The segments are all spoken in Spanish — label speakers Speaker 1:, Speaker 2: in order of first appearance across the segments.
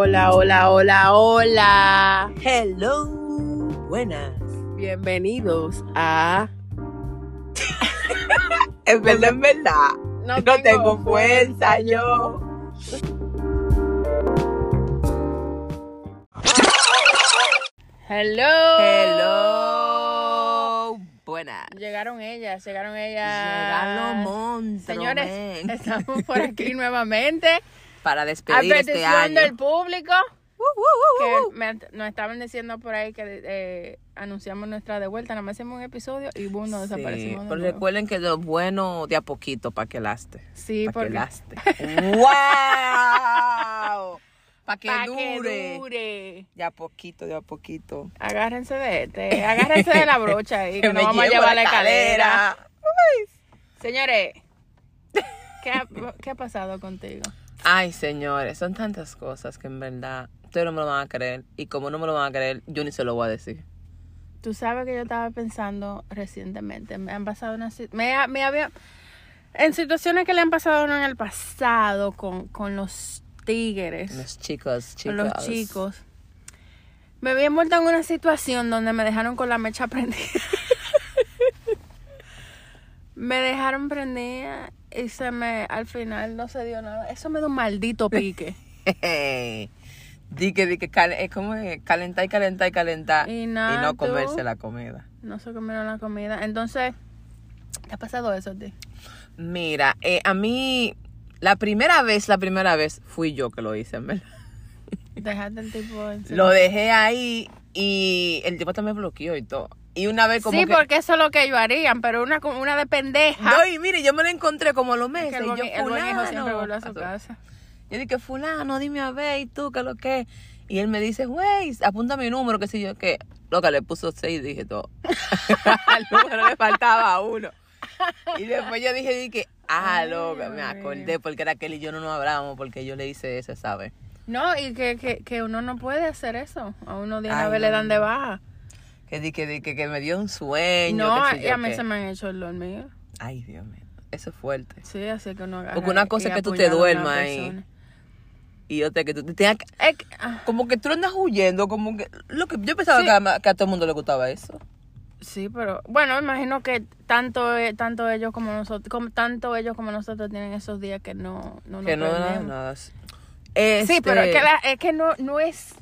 Speaker 1: Hola, hola, hola, hola.
Speaker 2: Hello, buenas.
Speaker 1: Bienvenidos a.
Speaker 2: En verdad, en verdad,
Speaker 1: No,
Speaker 2: no tengo fuerza yo.
Speaker 1: Hello.
Speaker 2: Hello, buenas.
Speaker 1: Llegaron ellas, llegaron
Speaker 2: Llegaron
Speaker 1: ellas.
Speaker 2: los monstruos,
Speaker 1: Señores,
Speaker 2: men.
Speaker 1: estamos por aquí nuevamente.
Speaker 2: para
Speaker 1: A
Speaker 2: despedir este
Speaker 1: petición
Speaker 2: año.
Speaker 1: del público.
Speaker 2: Uh, uh, uh, uh,
Speaker 1: Que me- nos estaban diciendo por ahí que eh, anunciamos nuestra de vuelta. Nada más hacemos un episodio y boom, nos
Speaker 2: Sí,
Speaker 1: desaparecimos. de
Speaker 2: pero
Speaker 1: nuevo.
Speaker 2: recuerden que lo bueno de a poquito para que laste.
Speaker 1: Sí,
Speaker 2: para
Speaker 1: porque.
Speaker 2: que laste. ¡Wow! Para que,
Speaker 1: Pa'
Speaker 2: dure.
Speaker 1: que dure.
Speaker 2: De a poquito, de a poquito.
Speaker 1: Agárrense de este, agárrense de la brocha ahí, que
Speaker 2: me
Speaker 1: nos vamos a
Speaker 2: llevo
Speaker 1: llevar la escalera.
Speaker 2: escalera.
Speaker 1: Señores, ¿qué ha, qué ha pasado contigo?
Speaker 2: Ay, señores, son tantas cosas que en verdad ustedes no me lo van a creer. Y como no me lo van a creer, yo ni se lo voy a decir.
Speaker 1: Tú sabes que yo estaba pensando recientemente, me han pasado una si- me, ha- me había en situaciones que le han pasado a uno en el pasado con, con los tigres,
Speaker 2: Los chicos,
Speaker 1: con
Speaker 2: chicos.
Speaker 1: los chicos. Me había envuelto en una situación donde me dejaron con la mecha prendida. me dejaron prendida y se me al final no se dio nada. Eso me da un maldito pique.
Speaker 2: di que, di que, cal- eh, ¿cómo es? Calentar y calentar y calentar.
Speaker 1: Y nada,
Speaker 2: no
Speaker 1: tú.
Speaker 2: comerse la comida.
Speaker 1: No se comieron la comida. Entonces, ¿te ha pasado eso a ti?
Speaker 2: Mira, eh, a mí, la primera vez, la primera vez fui yo que lo hice, en verdad.
Speaker 1: Dejaste el tipo en
Speaker 2: Lo dejé ahí y el tipo también bloqueó y todo. Y una vez como
Speaker 1: Sí,
Speaker 2: que...
Speaker 1: porque eso es lo que ellos harían, pero una, co- una de pendeja.
Speaker 2: No, y mire, yo me lo encontré como a los meses.
Speaker 1: que el,
Speaker 2: y yo,
Speaker 1: buen, el buen hijo siempre
Speaker 2: "Fulano".
Speaker 1: vuelve a su casa.
Speaker 2: Yo dije, fulano, dime a ver, ¿y tú qué lo que? es?". Y él me dice, güey, apunta mi número, qué sé yo, qué. Loca, le puso seis, dije todo. Al número le faltaba uno. Y después yo dije, dije, ah,
Speaker 1: Ay,
Speaker 2: loca,
Speaker 1: Dios
Speaker 2: me
Speaker 1: mío.
Speaker 2: acordé, porque era que él y yo no nos hablábamos, porque yo le hice eso, ¿sabes?
Speaker 1: No, y que, que, que uno no puede hacer eso. A uno de una
Speaker 2: Ay,
Speaker 1: vez
Speaker 2: no,
Speaker 1: le dan de
Speaker 2: no.
Speaker 1: baja.
Speaker 2: Que dije, dije, que me dio un sueño,
Speaker 1: No,
Speaker 2: qué sé
Speaker 1: y
Speaker 2: yo
Speaker 1: a mí
Speaker 2: qué.
Speaker 1: se me han hecho el dormido.
Speaker 2: Ay, Dios mío, eso es fuerte.
Speaker 1: Sí, así que uno agarra
Speaker 2: Porque una
Speaker 1: y-
Speaker 2: cosa
Speaker 1: y
Speaker 2: es que tú
Speaker 1: apuñala
Speaker 2: te
Speaker 1: a una
Speaker 2: duermas ahí.
Speaker 1: persona.
Speaker 2: Y otra que tú te tengas... que-
Speaker 1: Es que- ah,
Speaker 2: Como que tú andas huyendo, como que... Lo que yo pensaba
Speaker 1: Sí.
Speaker 2: que, a, que a todo el mundo le gustaba eso.
Speaker 1: sí, pero bueno, imagino que tanto eh, tanto ellos como nosotros, como, tanto ellos como nosotros tienen esos días que no no nos
Speaker 2: que no Este nada,
Speaker 1: prendemos.
Speaker 2: nada.
Speaker 1: Sí, pero es que, la- es que no, no es.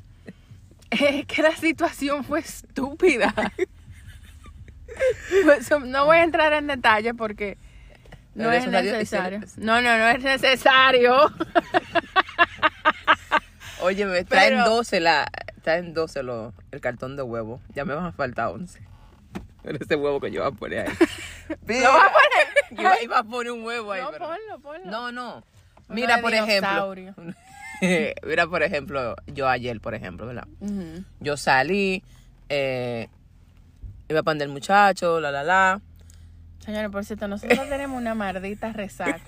Speaker 1: Es que la situación fue estúpida. Pues, no voy a entrar en detalle porque no
Speaker 2: Pero
Speaker 1: es
Speaker 2: eso salió-
Speaker 1: necesario.
Speaker 2: hicieron-
Speaker 1: No, no, no es necesario.
Speaker 2: Oye, me traen
Speaker 1: pero-
Speaker 2: 12 la traen 12 lo- el cartón de huevo. Ya me van a faltar 11. Pero ese huevo que yo voy a poner ahí.
Speaker 1: ¿Lo vas a
Speaker 2: Yo iba, iba a poner un huevo ahí,
Speaker 1: No,
Speaker 2: pero-
Speaker 1: ponlo, ponlo.
Speaker 2: No, no. Mira,
Speaker 1: de
Speaker 2: por ejemplo.
Speaker 1: dinosaurio.
Speaker 2: Mira, por ejemplo, yo ayer, por ejemplo, ¿verdad?
Speaker 1: Ujú.
Speaker 2: Yo salí, eh, iba a pan del muchacho, la la la.
Speaker 1: Señores, por cierto, nosotros tenemos una maldita resaca.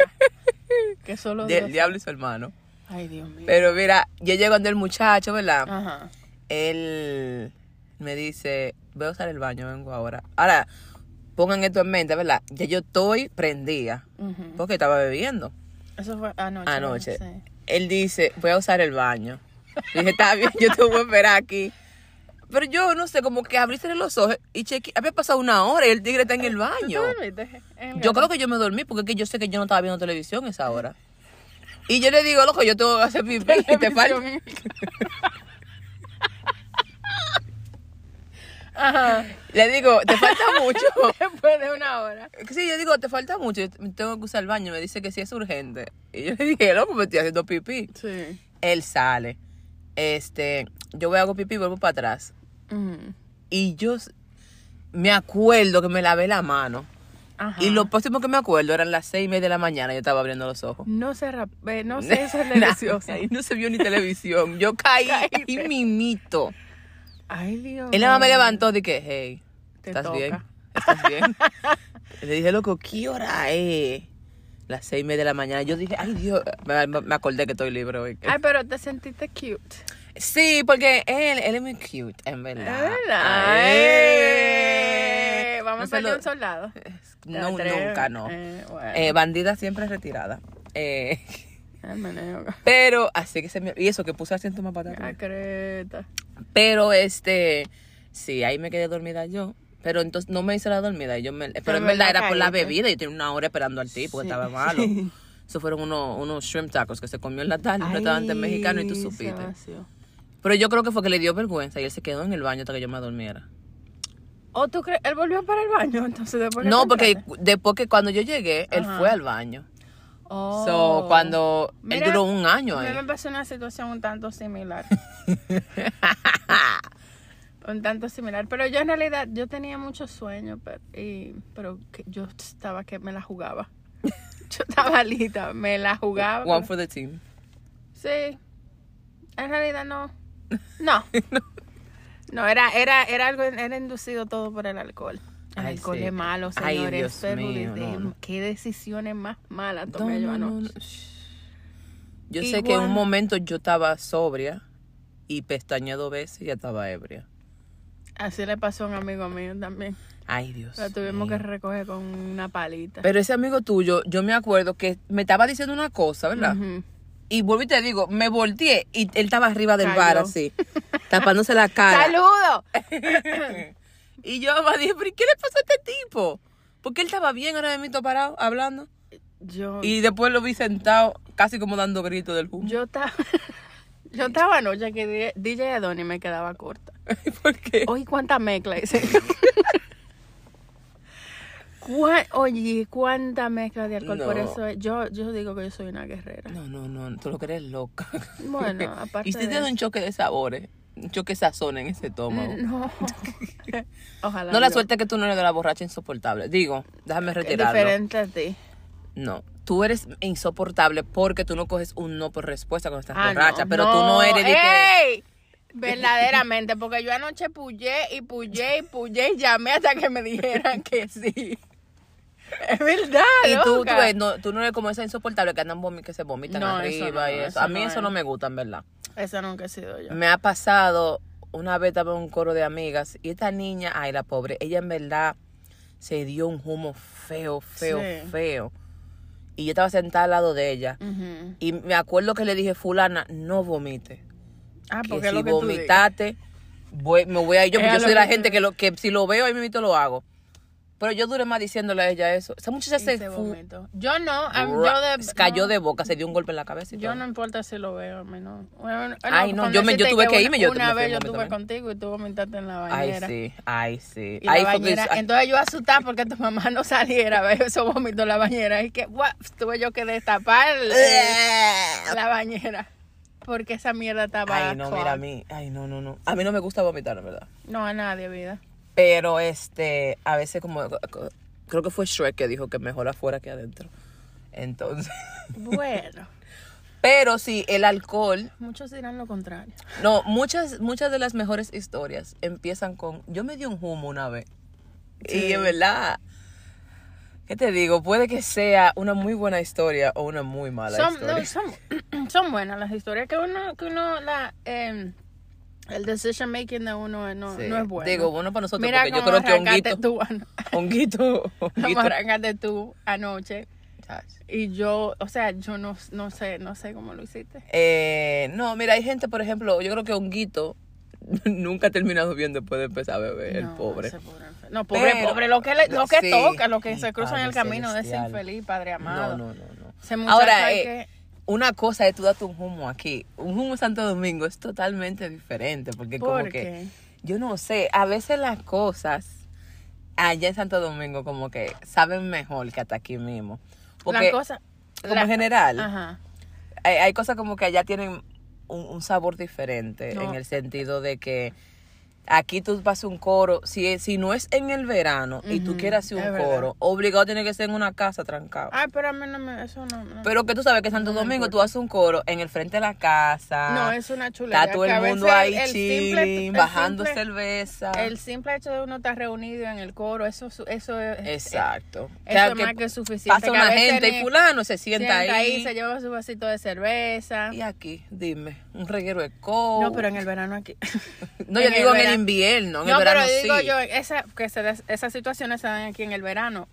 Speaker 1: Que solo
Speaker 2: del
Speaker 1: Dios-
Speaker 2: diablo y su hermano.
Speaker 1: Ay, Dios mío.
Speaker 2: Pero mira, yo llego donde el muchacho, ¿verdad?
Speaker 1: Ajá.
Speaker 2: él me dice, voy a usar el baño, vengo ahora. Ahora, pongan esto en mente, ¿verdad? Ya yo estoy prendida,
Speaker 1: Ujú.
Speaker 2: porque estaba bebiendo
Speaker 1: Eso fue anoche.
Speaker 2: anoche.
Speaker 1: sí.
Speaker 2: Él dice, voy a usar el baño. Dije, está bien, yo te voy a esperar aquí. Pero yo, no sé, como que abriste los ojos y chequeé, había pasado una hora y el tigre está en el baño.
Speaker 1: ¿Tú viste? En
Speaker 2: Yo creo que yo me dormí, porque es que yo sé que yo no estaba viendo televisión a esa hora. Y yo le digo, loco, yo tengo que hacer pipí,
Speaker 1: la
Speaker 2: te falta.
Speaker 1: televisión. Ajá.
Speaker 2: Le digo, te falta mucho.
Speaker 1: Después de una hora.
Speaker 2: Sí, yo digo, te falta mucho, yo tengo que usar el baño. Me dice que sí es urgente. Y yo le dije, loco, me estoy haciendo pipí.
Speaker 1: Sí.
Speaker 2: Él sale. Este, yo voy a hago pipí y vuelvo para atrás. Y yo s- me acuerdo que me lavé la mano.
Speaker 1: Ajá.
Speaker 2: Y lo próximo que me acuerdo eran las seis y media de la mañana. Yo estaba abriendo los ojos.
Speaker 1: No se rap- eh, no sé, eso es delicioso.
Speaker 2: Nada, y no se vio ni televisión. Yo caí y
Speaker 1: Caíste.
Speaker 2: mimito.
Speaker 1: Ay, Dios.
Speaker 2: Él nada más me
Speaker 1: mío.
Speaker 2: levantó y que, hey,
Speaker 1: Te
Speaker 2: ¿estás
Speaker 1: toca.
Speaker 2: bien? ¿Estás bien? Le dije, loco, ¿qué hora es? Las seis y media de la mañana. Yo dije, ay Dios, me, me- me acordé que estoy libre hoy.
Speaker 1: Ay, pero te sentiste cute.
Speaker 2: Sí, porque él, él es muy cute, en verdad.
Speaker 1: Hola.
Speaker 2: Ay.
Speaker 1: Ah, Eh, Vamos
Speaker 2: No
Speaker 1: a
Speaker 2: se
Speaker 1: salir
Speaker 2: lo-
Speaker 1: un soldado.
Speaker 2: No,
Speaker 1: Te atreves.
Speaker 2: nunca, no.
Speaker 1: Eh, bueno.
Speaker 2: Eh, bandida siempre retirada. Eh,
Speaker 1: El meneo.
Speaker 2: Pero, así que se me. Y eso que puse asiento más para
Speaker 1: La
Speaker 2: atrás.
Speaker 1: creta.
Speaker 2: Pero este. Sí, ahí me quedé dormida yo. Pero entonces no me hice la dormida. y Yo me, pero en verdad
Speaker 1: verdad
Speaker 2: era por la
Speaker 1: caíste.
Speaker 2: bebida. Yo tenía una hora esperando al tipo,
Speaker 1: pues. Sí.
Speaker 2: estaba malo. Eso fueron unos, unos shrimp tacos que se comió en la tarde en un restaurante
Speaker 1: Ay,
Speaker 2: mexicano y tú
Speaker 1: se
Speaker 2: supiste.
Speaker 1: vació.
Speaker 2: Pero yo creo que fue que le dio vergüenza y él se quedó en el baño hasta que yo me durmiera.
Speaker 1: ¿O tú crees? Él volvió para el baño, entonces después. le
Speaker 2: No, porque
Speaker 1: encontraste.
Speaker 2: después que cuando yo llegué, él
Speaker 1: Ajá.
Speaker 2: fue al baño.
Speaker 1: Oh.
Speaker 2: So, cuando
Speaker 1: Mira,
Speaker 2: él duró un año
Speaker 1: a mí
Speaker 2: ahí.
Speaker 1: me pasó una situación un tanto similar. un tanto similar. Pero yo en realidad, yo tenía mucho sueño, pero, y- pero que yo estaba que me la jugaba. Yo estaba lista, me la jugaba. pero-
Speaker 2: One for the team.
Speaker 1: Sí. En realidad no. No. No, era, era, era algo, era inducido todo por el alcohol. El
Speaker 2: Ay,
Speaker 1: alcohol
Speaker 2: sí.
Speaker 1: es malo,
Speaker 2: Ay,
Speaker 1: señores.
Speaker 2: Dios
Speaker 1: pero
Speaker 2: mío,
Speaker 1: de-
Speaker 2: no, no.
Speaker 1: Qué decisiones más malas
Speaker 2: No,
Speaker 1: tomé yo
Speaker 2: no, no,
Speaker 1: anoche.
Speaker 2: no. Yo sé que en un
Speaker 1: Igual.
Speaker 2: momento yo estaba sobria y pestañé dos veces y ya estaba ebria.
Speaker 1: Así le pasó a un amigo mío también.
Speaker 2: Ay, Dios.
Speaker 1: Lo tuvimos
Speaker 2: mío.
Speaker 1: que recoger con una palita.
Speaker 2: Pero ese amigo tuyo, yo me acuerdo que me estaba diciendo una cosa, ¿verdad?
Speaker 1: Ujú.
Speaker 2: Y vuelvo y te digo, me volteé y él estaba arriba del
Speaker 1: Cayó.
Speaker 2: bar así, tapándose la cara.
Speaker 1: ¡Saludo!
Speaker 2: Eh, Y yo me dije, ¿pero y qué le pasó a este tipo? Porque él estaba bien ahora mismo parado, hablando.
Speaker 1: Yo,
Speaker 2: Y después lo vi sentado, casi como dando gritos del humo.
Speaker 1: yo estaba. Yo estaba anoche que di- DJ Adonis me quedaba corta.
Speaker 2: ¿Por qué?
Speaker 1: Oye, cuánta mezcla hice. Cua- Oye, cuánta mezcla de alcohol. Por
Speaker 2: No.
Speaker 1: eso es- yo, yo digo que yo soy una guerrera.
Speaker 2: No, no, no, tú lo que eres loca.
Speaker 1: Bueno, aparte
Speaker 2: Y si
Speaker 1: de
Speaker 2: te da
Speaker 1: eso. Mm,
Speaker 2: un choque de sabores, un choque de sazones en ese estómago.
Speaker 1: No. Ojalá.
Speaker 2: No la
Speaker 1: Dios.
Speaker 2: suerte que tú no eres de la borracha insoportable. Digo, déjame
Speaker 1: Es
Speaker 2: retirarlo.
Speaker 1: diferente a ti.
Speaker 2: No, tú eres insoportable porque tú no coges un no por respuesta cuando estás
Speaker 1: Ah, eh,
Speaker 2: borracha, pero tú no eres de que-
Speaker 1: ¡Ey! Verdaderamente, porque yo anoche pullé y pullé y pullé y llamé hasta que me dijeran que sí. Es verdad.
Speaker 2: Y tú, tú,
Speaker 1: loca.
Speaker 2: ves, no, tú no eres como esa insoportable que andan vomi- que se vomitan
Speaker 1: No, eso
Speaker 2: arriba
Speaker 1: no,
Speaker 2: y eso.
Speaker 1: eso
Speaker 2: A mí
Speaker 1: no
Speaker 2: eso
Speaker 1: es.
Speaker 2: no me gusta, en verdad.
Speaker 1: Esa nunca he sido yo.
Speaker 2: Me ha pasado una vez estaba en un coro de amigas y esta niña, ay la pobre, ella en verdad se dio un humo feo, feo,
Speaker 1: Sí.
Speaker 2: feo. Y yo estaba sentada al lado de ella
Speaker 1: Ujú.
Speaker 2: y me acuerdo que le dije, fulana, no vomite.
Speaker 1: Ah,
Speaker 2: que
Speaker 1: porque es
Speaker 2: si
Speaker 1: lo que tú digas.
Speaker 2: vomitaste, voy- me voy a ir yo,
Speaker 1: Es
Speaker 2: porque
Speaker 1: a
Speaker 2: yo
Speaker 1: lo
Speaker 2: soy de
Speaker 1: que
Speaker 2: la
Speaker 1: tú
Speaker 2: gente que, lo, que si lo veo ahí mismo lo hago. Pero yo duré más diciéndole a ella eso. Esa muchacha
Speaker 1: Y
Speaker 2: se,
Speaker 1: se
Speaker 2: fu-
Speaker 1: vomitó. Yo no, a mí- yo
Speaker 2: ra-
Speaker 1: de-
Speaker 2: cayó
Speaker 1: no,
Speaker 2: de boca, se dio un golpe en la cabeza. y
Speaker 1: Yo
Speaker 2: todo.
Speaker 1: no importa si lo veo, a mí no. Bueno,
Speaker 2: Ay, no,
Speaker 1: con
Speaker 2: yo me- yo
Speaker 1: decirte
Speaker 2: tuve que
Speaker 1: una-
Speaker 2: irme, yo
Speaker 1: Una
Speaker 2: me fui
Speaker 1: vez
Speaker 2: un
Speaker 1: yo
Speaker 2: momento
Speaker 1: estuve
Speaker 2: también.
Speaker 1: contigo y tú vomitaste en la
Speaker 2: Ay,
Speaker 1: bañera.
Speaker 2: sí, ay, sí.
Speaker 1: Y
Speaker 2: Ahí
Speaker 1: la
Speaker 2: fue que-
Speaker 1: bañera,
Speaker 2: ay,
Speaker 1: entonces yo asustada porque tu mamá no saliera, ¿ves? eso vomitó en la bañera. Y que, guau, tuve yo que destapar el- el- la bañera. Porque esa mierda estaba.
Speaker 2: Ay, no, mira a
Speaker 1: clogged.
Speaker 2: mí. Ay, no, no, no. A mí no me gusta vomitar, en verdad.
Speaker 1: No, a nadie, vida.
Speaker 2: Pero este, a veces como creo que fue Shrek que dijo que mejor afuera que adentro. Entonces,
Speaker 1: Bueno,
Speaker 2: pero sí, el alcohol,
Speaker 1: muchos dirán lo contrario.
Speaker 2: no, muchas muchas de las mejores historias empiezan con yo me di un humo una vez. Y
Speaker 1: Sí.
Speaker 2: en verdad ¿Qué te digo? Puede que sea una muy buena historia o una muy mala
Speaker 1: Son,
Speaker 2: historia.
Speaker 1: no, son, son buenas las historias que uno, que uno la, eh, el decision making de uno eh, no,
Speaker 2: Sí.
Speaker 1: no es bueno.
Speaker 2: Digo, bueno para nosotros,
Speaker 1: Mira
Speaker 2: porque yo
Speaker 1: cómo
Speaker 2: creo que
Speaker 1: arrancaste
Speaker 2: honguito,
Speaker 1: tú, ano-
Speaker 2: honguito,
Speaker 1: cómo
Speaker 2: honguito.
Speaker 1: arrancaste tú anoche. Y yo, o sea, yo no, no sé, no sé cómo lo hiciste.
Speaker 2: Eh, no, mira, hay gente, por ejemplo, yo creo que Honguito nunca ha terminado bien después de empezar a beber,
Speaker 1: No,
Speaker 2: el pobre.
Speaker 1: ese pobre enfer- No, pobre,
Speaker 2: Pero-
Speaker 1: pobre, lo que, le- lo que
Speaker 2: Sí.
Speaker 1: toca, lo que
Speaker 2: Ay,
Speaker 1: se cruza en el
Speaker 2: Padre
Speaker 1: camino de ese
Speaker 2: celestial.
Speaker 1: infeliz, Padre amado.
Speaker 2: No, no, no, no.
Speaker 1: Ese muchacho
Speaker 2: Ahora,
Speaker 1: hay
Speaker 2: eh,
Speaker 1: que-
Speaker 2: una cosa es tú darte un humo aquí. Un humo en Santo Domingo es totalmente diferente, porque como
Speaker 1: ¿Por
Speaker 2: que,
Speaker 1: qué?
Speaker 2: yo no sé, a veces las cosas allá en Santo Domingo como que saben mejor que hasta aquí mismo. Porque,
Speaker 1: la cosa...
Speaker 2: como
Speaker 1: la-
Speaker 2: en general,
Speaker 1: Ajá.
Speaker 2: hay, hay cosas como que allá tienen un, un sabor diferente
Speaker 1: No.
Speaker 2: en el sentido de que aquí tú pasas un coro, si, si no es en el verano y tú
Speaker 1: Ujú,
Speaker 2: quieres hacer
Speaker 1: es
Speaker 2: un
Speaker 1: verdad.
Speaker 2: coro, obligado tiene que ser en una casa trancado.
Speaker 1: Ay, pero a mí no me... Eso no... no.
Speaker 2: Pero que tú sabes que en Santo
Speaker 1: No me
Speaker 2: Domingo
Speaker 1: importa.
Speaker 2: tú haces un coro en el frente de la casa.
Speaker 1: no, es una chuleta.
Speaker 2: Está todo el mundo ahí chilling, bajando
Speaker 1: el simple,
Speaker 2: cerveza.
Speaker 1: el simple hecho de uno estar reunido en el coro, eso, su- eso es... eh,
Speaker 2: Exacto.
Speaker 1: Eso es más que suficiente,
Speaker 2: Pasa
Speaker 1: que a
Speaker 2: una
Speaker 1: veces
Speaker 2: gente y
Speaker 1: ni-
Speaker 2: fulano se sienta,
Speaker 1: sienta
Speaker 2: ahí.
Speaker 1: se lleva su vasito de cerveza.
Speaker 2: Y aquí, dime, un reguero de coco.
Speaker 1: No, pero en el verano aquí...
Speaker 2: No, yo
Speaker 1: en el
Speaker 2: digo en el
Speaker 1: verano.
Speaker 2: invierno, en
Speaker 1: no,
Speaker 2: el verano
Speaker 1: pero digo
Speaker 2: sí.
Speaker 1: yo, esa, que se des- esas situaciones se dan aquí en el verano.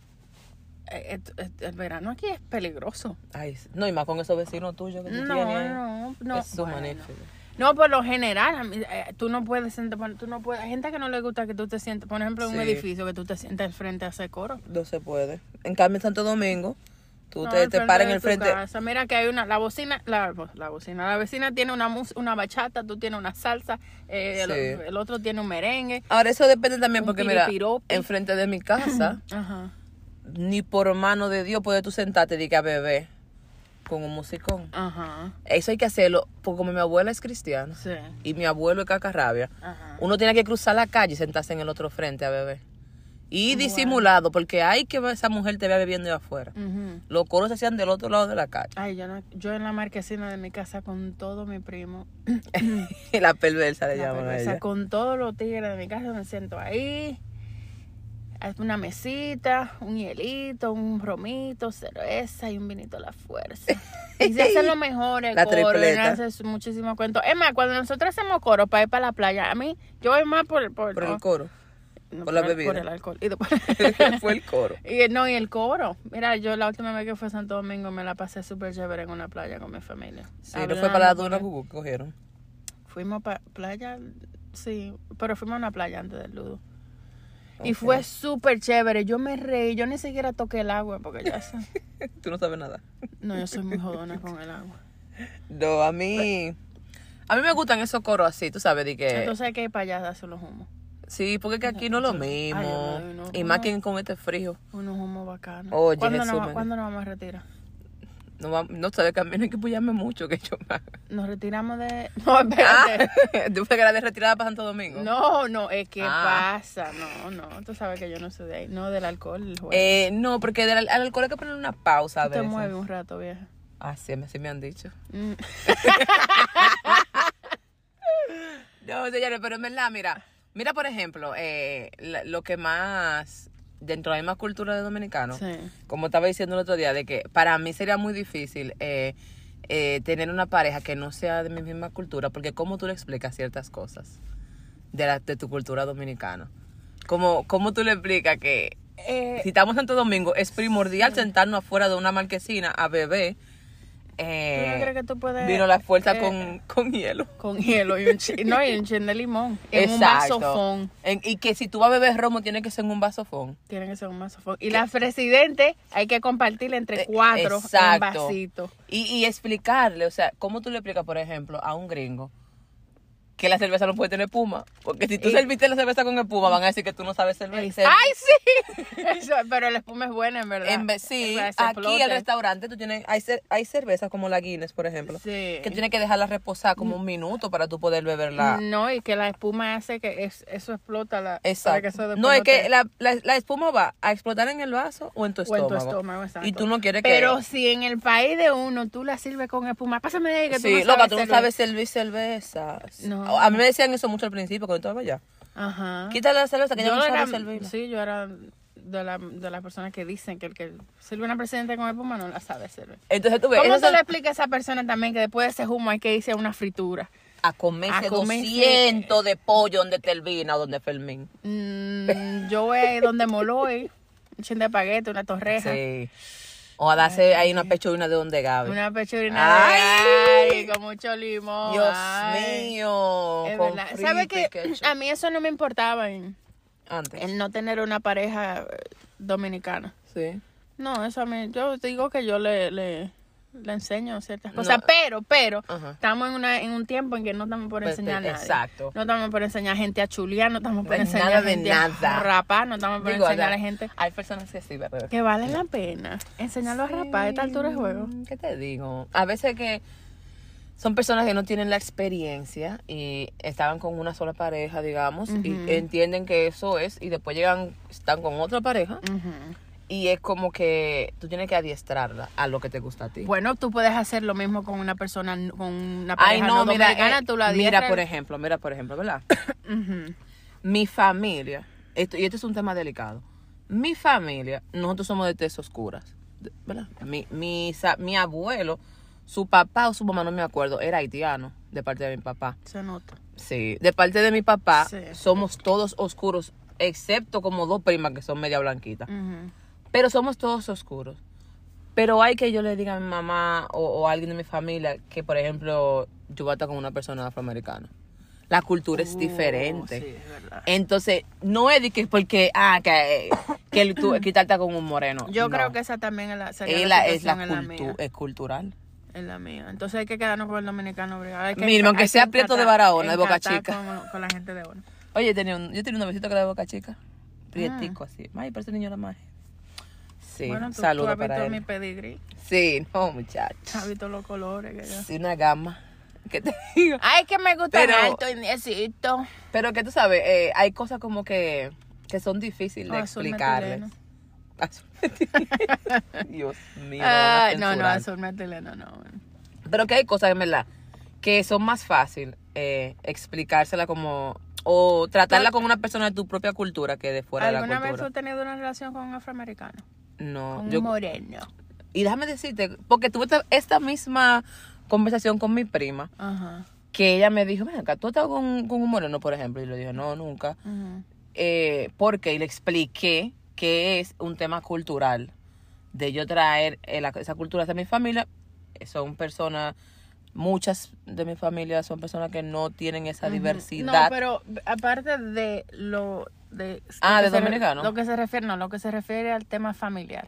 Speaker 1: eh, et- et- el verano aquí es peligroso.
Speaker 2: Ay, s- no, y más con esos vecinos tuyos que tú
Speaker 1: No,
Speaker 2: tienes.
Speaker 1: no, no.
Speaker 2: Eso
Speaker 1: Bueno,
Speaker 2: magnífico.
Speaker 1: No, por lo general, a mí, eh, tú no puedes sentar, bueno, tú no puedes, hay gente que no le gusta que tú te sientes, por ejemplo, en un
Speaker 2: Sí.
Speaker 1: edificio que tú te sientes frente a ese coro.
Speaker 2: No se puede. En cambio, en Santo Domingo, tú
Speaker 1: No,
Speaker 2: te,
Speaker 1: al
Speaker 2: te
Speaker 1: frente
Speaker 2: paras en
Speaker 1: de
Speaker 2: el
Speaker 1: tu
Speaker 2: frente.
Speaker 1: casa. Mira que hay una, la bocina, la, bo- la bocina, la vecina tiene una mus- una bachata, tú tienes una salsa, eh, el,
Speaker 2: Sí.
Speaker 1: el otro tiene un merengue.
Speaker 2: Ahora, eso depende también,
Speaker 1: Un
Speaker 2: porque mira,
Speaker 1: piripiropi.
Speaker 2: enfrente de mi casa,
Speaker 1: Ajá.
Speaker 2: ni por mano de Dios puedes tú sentarte y diga bebé con un musicón.
Speaker 1: Ajá.
Speaker 2: Eso hay que hacerlo, porque como mi abuela es cristiana
Speaker 1: Sí.
Speaker 2: y mi abuelo es cacarrabia,
Speaker 1: Ajá.
Speaker 2: uno tiene que cruzar la calle y sentarse en el otro frente a beber. Y disimulado, porque hay que ver esa mujer te vea bebiendo de afuera.
Speaker 1: Ujú.
Speaker 2: Los coros se hacían del otro lado de la calle.
Speaker 1: Ay, yo, no- yo en la marquesina de mi casa con todo mi primo.
Speaker 2: Y la perversa le
Speaker 1: La
Speaker 2: llaman a
Speaker 1: perversa,
Speaker 2: ella.
Speaker 1: con todos los tigres de mi casa me siento ahí. Haz Una mesita, un hielito, un romito, cerveza y un vinito a la fuerza. Y se hacen los mejores
Speaker 2: La
Speaker 1: coros,
Speaker 2: tripleta.
Speaker 1: y haces muchísimos cuentos. Es más, cuando nosotros hacemos coros para ir para la playa, a mí, yo voy más por, por,
Speaker 2: Por
Speaker 1: no,
Speaker 2: el coro.
Speaker 1: no,
Speaker 2: por la
Speaker 1: por el-
Speaker 2: bebida.
Speaker 1: Por el alcohol. Y después-
Speaker 2: Fue el coro.
Speaker 1: y, eh, no, y el coro. Mira, yo la última vez que fui a Santo Domingo me la pasé súper chévere en una playa con mi familia.
Speaker 2: Sí, no
Speaker 1: Hablando
Speaker 2: fue para la
Speaker 1: con
Speaker 2: dona
Speaker 1: el-
Speaker 2: Gugu que cogieron.
Speaker 1: Fuimos para playa, sí, pero fuimos a una playa antes del ludo. Y fue súper chévere. Yo me reí, yo ni siquiera toqué el agua porque ya sé.
Speaker 2: Tú no sabes nada.
Speaker 1: No, yo soy muy jodona con el agua.
Speaker 2: No, a mí. A mí me gustan esos coros así, tú sabes, de que.
Speaker 1: Entonces hay que ir para allá a darse los humos.
Speaker 2: sí, porque es que aquí no es lo mismo.
Speaker 1: Ay, no, no,
Speaker 2: y más
Speaker 1: no.
Speaker 2: que con este frío.
Speaker 1: Unos humos bacanos.
Speaker 2: Oye,
Speaker 1: ¿Cuándo, nos,
Speaker 2: Jesús,
Speaker 1: va-
Speaker 2: me-
Speaker 1: ¿Cuándo nos vamos a retirar?
Speaker 2: No, va- no sabes que a mí no hay que apoyarme mucho, que yo me.
Speaker 1: Nos retiramos de. No,
Speaker 2: Ah,
Speaker 1: espérate.
Speaker 2: ¿Tú fue que era de retirada para Santo Domingo?
Speaker 1: No, no, es que
Speaker 2: Ah.
Speaker 1: pasa. No, no, tú sabes que yo no soy de ahí. No, del alcohol. El juego.
Speaker 2: Eh, no, porque del, al alcohol hay que poner una pausa a
Speaker 1: Tú te
Speaker 2: veces.
Speaker 1: mueves un rato, vieja.
Speaker 2: Ah, sí, así me han dicho.
Speaker 1: Mm.
Speaker 2: No, señores, pero en verdad, mira, mira por ejemplo, eh, la- lo que más, dentro de la misma cultura de dominicano,
Speaker 1: Sí.
Speaker 2: como estaba diciendo el otro día, de que para mí sería muy difícil eh, eh, tener una pareja que no sea de mi misma cultura, porque cómo tú le explicas ciertas cosas de, la, de tu cultura dominicana. Como, ¿Cómo tú le explicas que
Speaker 1: Eh,
Speaker 2: si estamos en Santo Domingo es primordial sentarnos afuera de una marquesina a beber
Speaker 1: ¿Tú no crees
Speaker 2: eh,
Speaker 1: que tú puedes.?
Speaker 2: vino la fuerza
Speaker 1: eh,
Speaker 2: con, con hielo?
Speaker 1: Con hielo y un chin, no, y un chin de limón. En un vasofón.
Speaker 2: En- y que si tú vas a beber romo, tiene que ser en un vasofón.
Speaker 1: Tiene que ser un vasofón. Y las presidente hay que compartirla entre
Speaker 2: Eh,
Speaker 1: cuatro en
Speaker 2: exacto.
Speaker 1: vasito.
Speaker 2: Y, y explicarle, o sea, ¿cómo tú le explicas, por ejemplo, a un gringo que la cerveza no puede tener espuma? Porque si tú
Speaker 1: Y-
Speaker 2: serviste la cerveza con espuma, van a decir que tú no sabes cerveza.
Speaker 1: ¡Ay, sí! Eso, pero la espuma es buena, en verdad.
Speaker 2: En vez- sí,
Speaker 1: Para que se
Speaker 2: aquí el
Speaker 1: explote.
Speaker 2: restaurante tú tienes, hay, cer- hay cervezas como la Guinness, por ejemplo,
Speaker 1: Sí. Mm.
Speaker 2: que tienes que dejarla reposar como un minuto para tú poder beberla.
Speaker 1: No, y que la espuma hace que es- eso explota. La, para que eso
Speaker 2: Exacto.
Speaker 1: después
Speaker 2: No, es
Speaker 1: te-
Speaker 2: que la, la, la espuma va a explotar en el vaso o en tu
Speaker 1: o en
Speaker 2: estómago.
Speaker 1: tu estómago, exacto.
Speaker 2: Y tú no quieres que...
Speaker 1: Pero si en el país de uno tú la sirves con espuma, pásame de ahí que
Speaker 2: Sí,
Speaker 1: tú no
Speaker 2: loca,
Speaker 1: sabes
Speaker 2: tú no
Speaker 1: hacerlo.
Speaker 2: sabes servir cerveza.
Speaker 1: No.
Speaker 2: A mí me decían eso mucho al principio cuando estaba allá.
Speaker 1: Ajá.
Speaker 2: Quítale la cerveza que yo,
Speaker 1: yo
Speaker 2: no
Speaker 1: era,
Speaker 2: sabes servirla.
Speaker 1: sí, yo era de las de las personas que dicen que el que sirve una presidenta con espuma no la sabe servir.
Speaker 2: Entonces tú ves,
Speaker 1: ¿Cómo
Speaker 2: esas
Speaker 1: se le
Speaker 2: son-
Speaker 1: explica a esa persona también que después de ese humo hay que irse a una fritura?
Speaker 2: a comerse
Speaker 1: a comerse-
Speaker 2: 200 de pollo donde Telvina o donde Fermín.
Speaker 1: Mm, yo voy a ir donde Moloy, un chin de paguete, una torreja,
Speaker 2: Sí. O a darse ahí una pechurina de donde Gaby.
Speaker 1: una pechurina de
Speaker 2: Ay.
Speaker 1: ay, con mucho limón.
Speaker 2: Dios
Speaker 1: ay.
Speaker 2: mío.
Speaker 1: Es
Speaker 2: con
Speaker 1: verdad.
Speaker 2: frito
Speaker 1: ¿Sabe
Speaker 2: y
Speaker 1: que
Speaker 2: ketchup.
Speaker 1: a mí eso no me importaba en-
Speaker 2: Antes.
Speaker 1: el no tener una pareja eh, dominicana?
Speaker 2: Sí.
Speaker 1: No, eso a mí, yo digo que yo le, le, le enseño ciertas
Speaker 2: No.
Speaker 1: cosas, pero, pero,
Speaker 2: Ajá.
Speaker 1: estamos en, una, en un tiempo en que no estamos por
Speaker 2: Pues,
Speaker 1: enseñar
Speaker 2: te-
Speaker 1: nada.
Speaker 2: exacto.
Speaker 1: No estamos por enseñar gente a chulear, no estamos por
Speaker 2: No hay
Speaker 1: enseñar
Speaker 2: nada de
Speaker 1: gente
Speaker 2: nada.
Speaker 1: a rapar, no estamos por
Speaker 2: Digo,
Speaker 1: enseñar a
Speaker 2: hay-
Speaker 1: gente
Speaker 2: Hay personas que sí, ¿verdad?
Speaker 1: que vale la pena enseñarlo a rapar a esta altura de juego.
Speaker 2: Mm, ¿Qué te digo? A veces que son personas que no tienen la experiencia y estaban con una sola pareja, digamos,
Speaker 1: Ujú.
Speaker 2: y entienden que eso es, y después llegan, están con otra pareja,
Speaker 1: Ujú.
Speaker 2: y es como que tú tienes que adiestrarla a lo que te gusta a ti.
Speaker 1: Bueno, tú puedes hacer lo mismo con una persona, n- con una pareja
Speaker 2: Ay, no, mira,
Speaker 1: dominicana,
Speaker 2: eh,
Speaker 1: tú la
Speaker 2: mira,
Speaker 1: adiestras.
Speaker 2: por ejemplo, mira, por ejemplo, ¿verdad?
Speaker 1: Ujú.
Speaker 2: Mi familia, esto, y este es un tema delicado. Mi familia, nosotros somos de tez oscuras, de- ¿verdad? Mi, mi, sa- mi abuelo, su papá o su mamá, no me acuerdo, era haitiano de parte de mi papá.
Speaker 1: Se nota.
Speaker 2: Sí, de parte de mi papá,
Speaker 1: Sí.
Speaker 2: somos todos oscuros, excepto como dos primas que son media blanquitas.
Speaker 1: Ujú.
Speaker 2: Pero somos todos oscuros. Pero hay que yo le diga a mi mamá o, o a alguien de mi familia que, por ejemplo, yo bato con una persona afroamericana. La cultura es diferente.
Speaker 1: Uh, Sí, es verdad.
Speaker 2: Entonces, no es de que porque, ah, que, que tú quitarte con un moreno.
Speaker 1: Yo
Speaker 2: No.
Speaker 1: creo que esa también es la, sería la,
Speaker 2: es la, es la
Speaker 1: situación en la
Speaker 2: cultu-
Speaker 1: mía.
Speaker 2: es cultural.
Speaker 1: En la mía. Entonces hay que quedarnos con el dominicano obligado. Hay que-
Speaker 2: Mira, aunque
Speaker 1: hay
Speaker 2: sea
Speaker 1: que
Speaker 2: Prieto de
Speaker 1: encatar-
Speaker 2: Barahona, de Boca
Speaker 1: encatar
Speaker 2: Chica.
Speaker 1: Con, con la gente de Bona.
Speaker 2: Oye, tenía un- yo tenía un novicito que era de boca chica. Prietico así. Ay, pero ese niño era más. Sí,
Speaker 1: Ah. bueno,
Speaker 2: saludos
Speaker 1: tú, tú has
Speaker 2: para
Speaker 1: visto
Speaker 2: él.
Speaker 1: mi pedigrí.
Speaker 2: Sí, no, muchachos.
Speaker 1: Has visto los colores que yo...
Speaker 2: Sí, una gama. ¿Qué te digo?
Speaker 1: Ay, que me gusta
Speaker 2: Pero-
Speaker 1: y niecito.
Speaker 2: Pero que tú sabes, eh, hay cosas como que, que son difíciles de
Speaker 1: Ah, azul
Speaker 2: explicarles.
Speaker 1: metileno.
Speaker 2: Azul metileno. Dios mío.
Speaker 1: Ah,
Speaker 2: van a
Speaker 1: no, no,
Speaker 2: censurar.
Speaker 1: azul metileno, no. bueno.
Speaker 2: Pero que hay cosas, en verdad, que son más fácil eh, explicársela como... O tratarla con una persona de tu propia cultura que de fuera de la
Speaker 1: ¿Alguna vez tú
Speaker 2: cultura.
Speaker 1: has tenido una relación con un afroamericano? Con
Speaker 2: No,
Speaker 1: un
Speaker 2: yo...
Speaker 1: moreno.
Speaker 2: Y déjame decirte, porque tuve esta, esta misma conversación con mi prima,
Speaker 1: Ajá.
Speaker 2: que ella me dijo, venga, ¿tú has estado con, con un moreno, por ejemplo? Y le dije, no, nunca.
Speaker 1: ujú.
Speaker 2: eh, porque y le expliqué que es un tema cultural de yo traer eh, la- esa cultura de mi familia Eh, son personas muchas de mi familia son personas que no tienen esa
Speaker 1: No,
Speaker 2: diversidad
Speaker 1: pero aparte de lo de lo
Speaker 2: Ah, de
Speaker 1: que se re-
Speaker 2: dominicano.
Speaker 1: Lo que se refiere, no, lo que se refiere al tema familiar.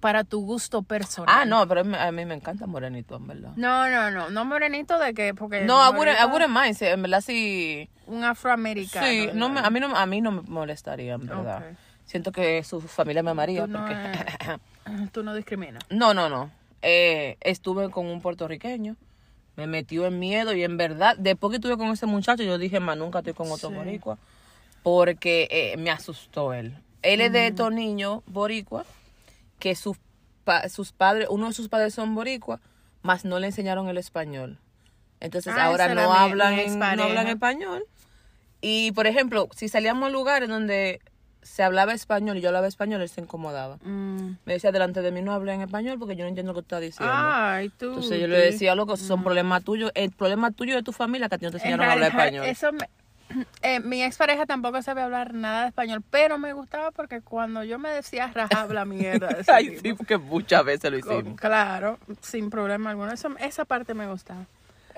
Speaker 1: Para tu gusto personal.
Speaker 2: ah no pero a mí- a mí me encanta morenito en verdad
Speaker 1: No, no, no, no morenito de que porque
Speaker 2: no I wouldn't, I
Speaker 1: Eh, morenito-
Speaker 2: wouldn't mind, sí, en verdad sí
Speaker 1: un afroamericano.
Speaker 2: sí no me-
Speaker 1: ¿verdad?
Speaker 2: a mí no a mí no me molestaría en verdad
Speaker 1: Ok.
Speaker 2: siento que su familia me amaría
Speaker 1: Tú no,
Speaker 2: porque
Speaker 1: eh, tú no discriminas.
Speaker 2: No, no, no. Eh, estuve con un puertorriqueño. Me metió en miedo y en verdad, después que estuve con ese muchacho, yo dije, más nunca estoy con otro
Speaker 1: Sí.
Speaker 2: boricua. Porque eh, me asustó él. Él es de estos niños boricua que sus, pa- sus padres, uno de sus padres son boricua, mas no le enseñaron el español. Entonces
Speaker 1: Ah,
Speaker 2: ahora
Speaker 1: esa
Speaker 2: no
Speaker 1: era mi- mi
Speaker 2: hablan, en- no
Speaker 1: expareja.
Speaker 2: hablan español. Y por ejemplo, si salíamos a lugares donde se hablaba español y yo hablaba español, él se incomodaba.
Speaker 1: Mm.
Speaker 2: Me decía, delante de mí no habla en español porque yo no entiendo lo que tú estás diciendo.
Speaker 1: Ay, tú.
Speaker 2: Entonces yo
Speaker 1: tú.
Speaker 2: le decía, loco, esos son problemas tuyos. El problema tuyo es de tu familia que a ti no te
Speaker 1: En
Speaker 2: enseñaron a hablar
Speaker 1: realidad,
Speaker 2: español.
Speaker 1: Eso me- eh, mi expareja tampoco sabía hablar nada de español, pero me gustaba porque cuando yo me decía raja habla mierda. de ese
Speaker 2: Ay, sí,
Speaker 1: tipo.
Speaker 2: porque muchas veces lo
Speaker 1: Con-
Speaker 2: hicimos.
Speaker 1: claro, sin problema alguno. Eso, esa parte me gustaba.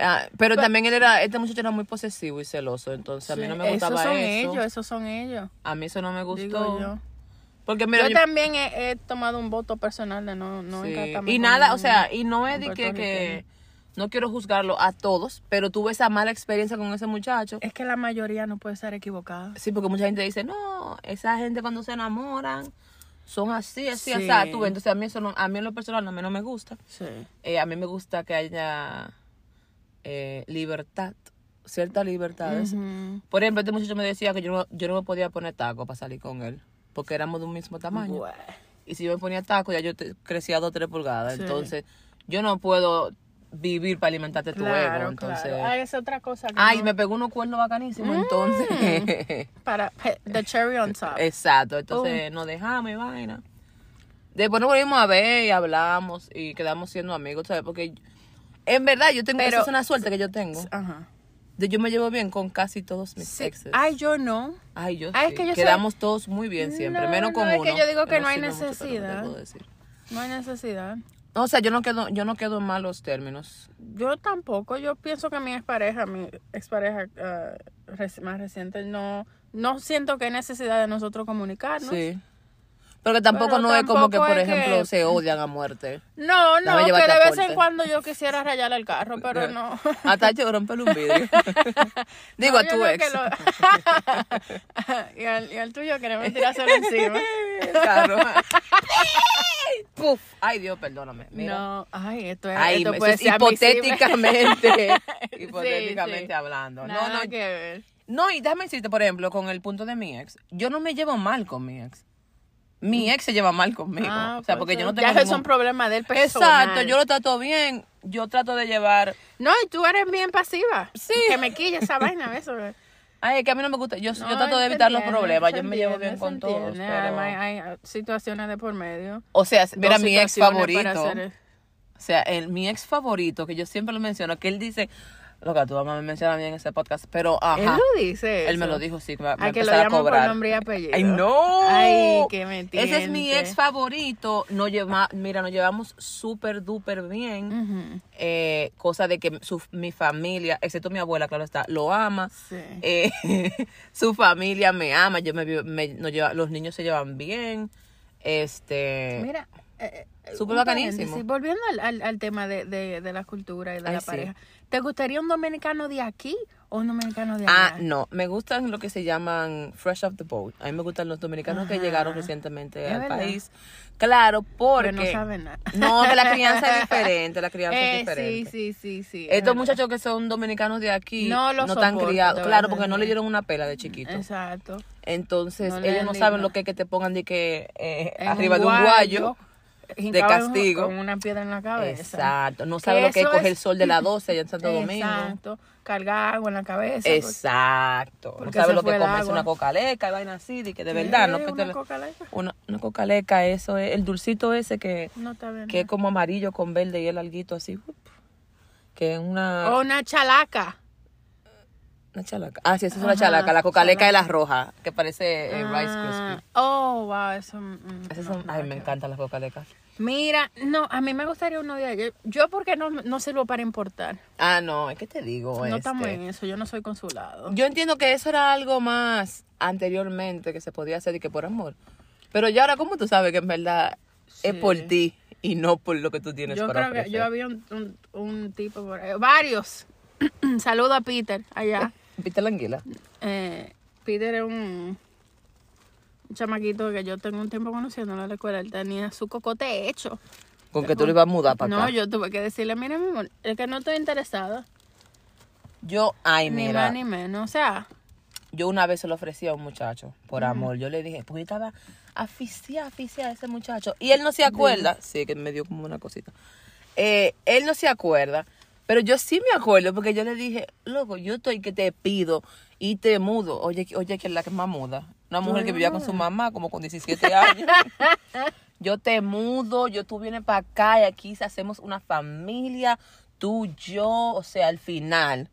Speaker 2: Ah, pero también él era, este muchacho era muy posesivo y celoso, entonces a mí no me gustaba
Speaker 1: esos son
Speaker 2: eso.
Speaker 1: ellos, esos son ellos.
Speaker 2: A mí eso no me
Speaker 1: Digo
Speaker 2: gustó.
Speaker 1: yo.
Speaker 2: Porque mira,
Speaker 1: yo,
Speaker 2: yo-
Speaker 1: también he, he tomado un voto personal de no, no
Speaker 2: Sí,
Speaker 1: encantarme
Speaker 2: Y
Speaker 1: con
Speaker 2: nada, o
Speaker 1: ningún-
Speaker 2: sea, y no es
Speaker 1: un
Speaker 2: de que, que-
Speaker 1: puertorriqueño.
Speaker 2: no quiero juzgarlo a todos, pero tuve esa mala experiencia con ese muchacho.
Speaker 1: Es que la mayoría no puede estar equivocada.
Speaker 2: Sí, porque mucha gente dice, no, esa gente cuando se enamoran son así, así,
Speaker 1: Sí.
Speaker 2: así. Tú ves, Entonces a mí, eso no- a mí en lo personal a mí no me gusta.
Speaker 1: Sí.
Speaker 2: Eh, a mí me gusta que haya eh, libertad, ciertas libertades. Por ejemplo, este muchacho me decía que yo no, yo no me podía poner taco para salir con él, porque éramos de un mismo tamaño. Y si yo me ponía taco, ya yo te- crecía dos o tres pulgadas.
Speaker 1: Sí.
Speaker 2: Entonces yo no puedo vivir para alimentarte tu ego.
Speaker 1: Claro,
Speaker 2: Entonces...
Speaker 1: claro. Ah, es otra cosa. que
Speaker 2: Ay,
Speaker 1: no- Mm.
Speaker 2: me pegó unos cuernos bacanísimos, entonces...
Speaker 1: Para the cherry on top. Oh.
Speaker 2: Eh, Exacto, entonces nos dejamos y vaina. Después nos volvimos a ver y hablamos y quedamos siendo amigos, ¿sabes? Porque yo- en verdad yo tengo,
Speaker 1: Pero-
Speaker 2: esa es una suerte que yo tengo.
Speaker 1: Ajá.
Speaker 2: De yo me llevo bien con casi todos mis
Speaker 1: Sí.
Speaker 2: exes.
Speaker 1: Ay, yo no.
Speaker 2: Ay, yo
Speaker 1: Ay,
Speaker 2: sí.
Speaker 1: es que yo soy-
Speaker 2: Quedamos todos muy bien siempre,
Speaker 1: No,
Speaker 2: menos
Speaker 1: no,
Speaker 2: con
Speaker 1: es
Speaker 2: uno.
Speaker 1: que yo digo que no hay
Speaker 2: sirve mucho, pero
Speaker 1: necesidad.
Speaker 2: no te puedo decir.
Speaker 1: No hay necesidad.
Speaker 2: O sea, yo no quedo yo no quedo en malos términos.
Speaker 1: Yo tampoco. Yo pienso que mi expareja, mi expareja ah, reci- más reciente, no, no siento que hay necesidad de nosotros comunicarnos.
Speaker 2: Sí. Pero que tampoco
Speaker 1: Pero
Speaker 2: no es como que
Speaker 1: tampoco
Speaker 2: por
Speaker 1: es que-
Speaker 2: ejemplo se odian a muerte.
Speaker 1: No, no,
Speaker 2: Dame,
Speaker 1: que
Speaker 2: llévate
Speaker 1: de
Speaker 2: a
Speaker 1: vez
Speaker 2: corte.
Speaker 1: en cuando yo quisiera rayar el carro, pero no.
Speaker 2: Hasta yo romper un vidrio. Digo
Speaker 1: No,
Speaker 2: a
Speaker 1: yo
Speaker 2: tu
Speaker 1: creo
Speaker 2: ex.
Speaker 1: que lo- y, al, y al tuyo queremos tirárselo encima.
Speaker 2: Claro. Puf. Ay, Dios, perdóname. Mira.
Speaker 1: No, ay, esto es,
Speaker 2: Ay,
Speaker 1: esto
Speaker 2: me-
Speaker 1: puede
Speaker 2: eso es
Speaker 1: ser admisible.
Speaker 2: hipotéticamente.
Speaker 1: Sí,
Speaker 2: hipotéticamente
Speaker 1: sí.
Speaker 2: hablando.
Speaker 1: Nada
Speaker 2: No, no.
Speaker 1: que ver.
Speaker 2: No, y déjame decirte, por ejemplo, con el punto de mi ex. Yo no me llevo mal con mi ex. Mi ex se lleva mal conmigo.
Speaker 1: Ah,
Speaker 2: o sea,
Speaker 1: pues,
Speaker 2: porque yo no
Speaker 1: ya
Speaker 2: tengo.
Speaker 1: eso es
Speaker 2: ningún-
Speaker 1: un problema del personal.
Speaker 2: Exacto, yo lo trato bien. Yo trato de llevar.
Speaker 1: No, y tú eres bien pasiva. Sí. Que me quilla esa vaina, eso.
Speaker 2: Ay, es que a mí no me gusta. Yo,
Speaker 1: No,
Speaker 2: yo trato de
Speaker 1: se
Speaker 2: evitar los
Speaker 1: entiende,
Speaker 2: problemas.
Speaker 1: se
Speaker 2: Yo me llevo
Speaker 1: entiende,
Speaker 2: bien
Speaker 1: se
Speaker 2: con todos.
Speaker 1: entiende.
Speaker 2: pero-
Speaker 1: Además, hay hay situaciones de por medio.
Speaker 2: O sea, mira,
Speaker 1: Dos
Speaker 2: mi ex
Speaker 1: situaciones para
Speaker 2: favorito.
Speaker 1: hacer-
Speaker 2: O sea, el, mi ex favorito, que yo siempre lo menciono, que él dice, Loca, tu mamá me menciona a mí en ese podcast, pero ajá.
Speaker 1: Él lo dice.
Speaker 2: Él me
Speaker 1: eso.
Speaker 2: lo dijo, sí, que me, me
Speaker 1: A que lo
Speaker 2: empezaba a
Speaker 1: llamo por
Speaker 2: cobrar.
Speaker 1: nombre y apellido.
Speaker 2: ¡Ay, no!
Speaker 1: Ay, qué mentira.
Speaker 2: Ese es mi ex favorito. Nos lleva, mira, nos llevamos súper duper bien.
Speaker 1: Ujú,
Speaker 2: Eh, cosa de que su- mi familia, excepto mi abuela, claro está, lo ama.
Speaker 1: Sí.
Speaker 2: Eh, su familia me ama. Yo me, vi- me- nos lleva- los niños se llevan bien. Este.
Speaker 1: Mira. eh, eh,
Speaker 2: Súper
Speaker 1: un
Speaker 2: bacanísimo.
Speaker 1: paréntesis, Volviendo al, al, al tema de, de, de la cultura y de
Speaker 2: Ay,
Speaker 1: la
Speaker 2: sí.
Speaker 1: pareja. ¿Te gustaría un dominicano de aquí o un dominicano de allá?
Speaker 2: Ah, no, me gustan lo que se llaman fresh off the boat. A mí me gustan los dominicanos que
Speaker 1: Ajá.
Speaker 2: llegaron recientemente
Speaker 1: Es
Speaker 2: al
Speaker 1: verdad.
Speaker 2: país. Claro,
Speaker 1: Porque
Speaker 2: porque
Speaker 1: no saben nada.
Speaker 2: No, que la crianza es diferente, la crianza
Speaker 1: Eh,
Speaker 2: es diferente.
Speaker 1: Sí, sí, sí, sí. es
Speaker 2: Estos
Speaker 1: verdad.
Speaker 2: muchachos que son dominicanos de aquí
Speaker 1: No lo
Speaker 2: están
Speaker 1: soportan, te
Speaker 2: criados,
Speaker 1: voy a
Speaker 2: claro,
Speaker 1: ser
Speaker 2: porque no
Speaker 1: honesta.
Speaker 2: le dieron una pela de chiquitos.
Speaker 1: Exacto.
Speaker 2: Entonces,
Speaker 1: No le
Speaker 2: ellos
Speaker 1: dan
Speaker 2: no
Speaker 1: ni
Speaker 2: saben
Speaker 1: una.
Speaker 2: lo que es que te pongan de que eh,
Speaker 1: En
Speaker 2: arriba de un guayo.
Speaker 1: hincado en-
Speaker 2: castigo.
Speaker 1: Con una piedra en la cabeza.
Speaker 2: Exacto, no
Speaker 1: Que
Speaker 2: saben lo que es
Speaker 1: eso
Speaker 2: coger
Speaker 1: es-
Speaker 2: el sol de la 12 allá en Santo Domingo.
Speaker 1: Exacto. Cargar agua en la cabeza.
Speaker 2: Exacto, no
Speaker 1: Porque se
Speaker 2: saben lo
Speaker 1: fue
Speaker 2: que
Speaker 1: el
Speaker 2: comerse
Speaker 1: agua.
Speaker 2: una cocaleca y vaina así, de que de
Speaker 1: porque-
Speaker 2: verdad, no
Speaker 1: Eh,
Speaker 2: que te
Speaker 1: una
Speaker 2: la-
Speaker 1: coca light.
Speaker 2: una, una cocaleca, eso es el dulcito ese que,
Speaker 1: No está bien.
Speaker 2: que es como amarillo con verde y el alguito así, up, que es una
Speaker 1: O una chalaca.
Speaker 2: Una chalaca. Ah, sí, esa es una
Speaker 1: Ajá,
Speaker 2: chalaca. La cocaleca es la roja, que parece eh, Rice
Speaker 1: Ah,
Speaker 2: Krispie.
Speaker 1: Oh, wow, eso. mm,
Speaker 2: Esas
Speaker 1: no,
Speaker 2: son-
Speaker 1: nada que
Speaker 2: ay, me
Speaker 1: ver.
Speaker 2: encantan las cocalecas.
Speaker 1: Mira, no, a mí me gustaría uno de ayer. Yo, porque no, no sirvo para importar.
Speaker 2: Ah, no, es que te digo
Speaker 1: No
Speaker 2: este.
Speaker 1: estamos en eso, yo no soy consulado.
Speaker 2: Yo entiendo que eso era algo más anteriormente que se podía hacer y que por amor. Pero ya ahora, ¿cómo tú sabes que en verdad es por
Speaker 1: Sí.
Speaker 2: ti y no por lo que tú tienes
Speaker 1: Yo
Speaker 2: para
Speaker 1: creo que yo
Speaker 2: ofrecer?
Speaker 1: había un, un- un tipo por ahí. Varios. Saludo a Peter allá.
Speaker 2: ¿Viste la anguila?
Speaker 1: Eh, Peter es un, un chamaquito que yo tengo un tiempo conociendo en la escuela. Él tenía su cocote hecho.
Speaker 2: Con que tú lo ibas a mudar para
Speaker 1: No,
Speaker 2: acá.
Speaker 1: yo tuve que decirle, mira, mi amor, es que no estoy interesada.
Speaker 2: Yo, ay,
Speaker 1: Ni
Speaker 2: mira.
Speaker 1: más ni menos. O sea,
Speaker 2: Yo una vez se lo ofrecí a un muchacho, por amor. Yo le dije, porque yo estaba asfixiada, asfixiada a ese muchacho. Y él no se acuerda. Sí, que me dio como una cosita. Eh, él no se acuerda, pero yo sí me acuerdo porque yo le dije, loco, yo estoy que te pido y te mudo. Oye, que- oye que es la que más muda. Una mujer que vivía con su mamá como con 17 años. yo te mudo, yo tú vienes para acá y aquí hacemos una familia, tú, yo, o sea, al final.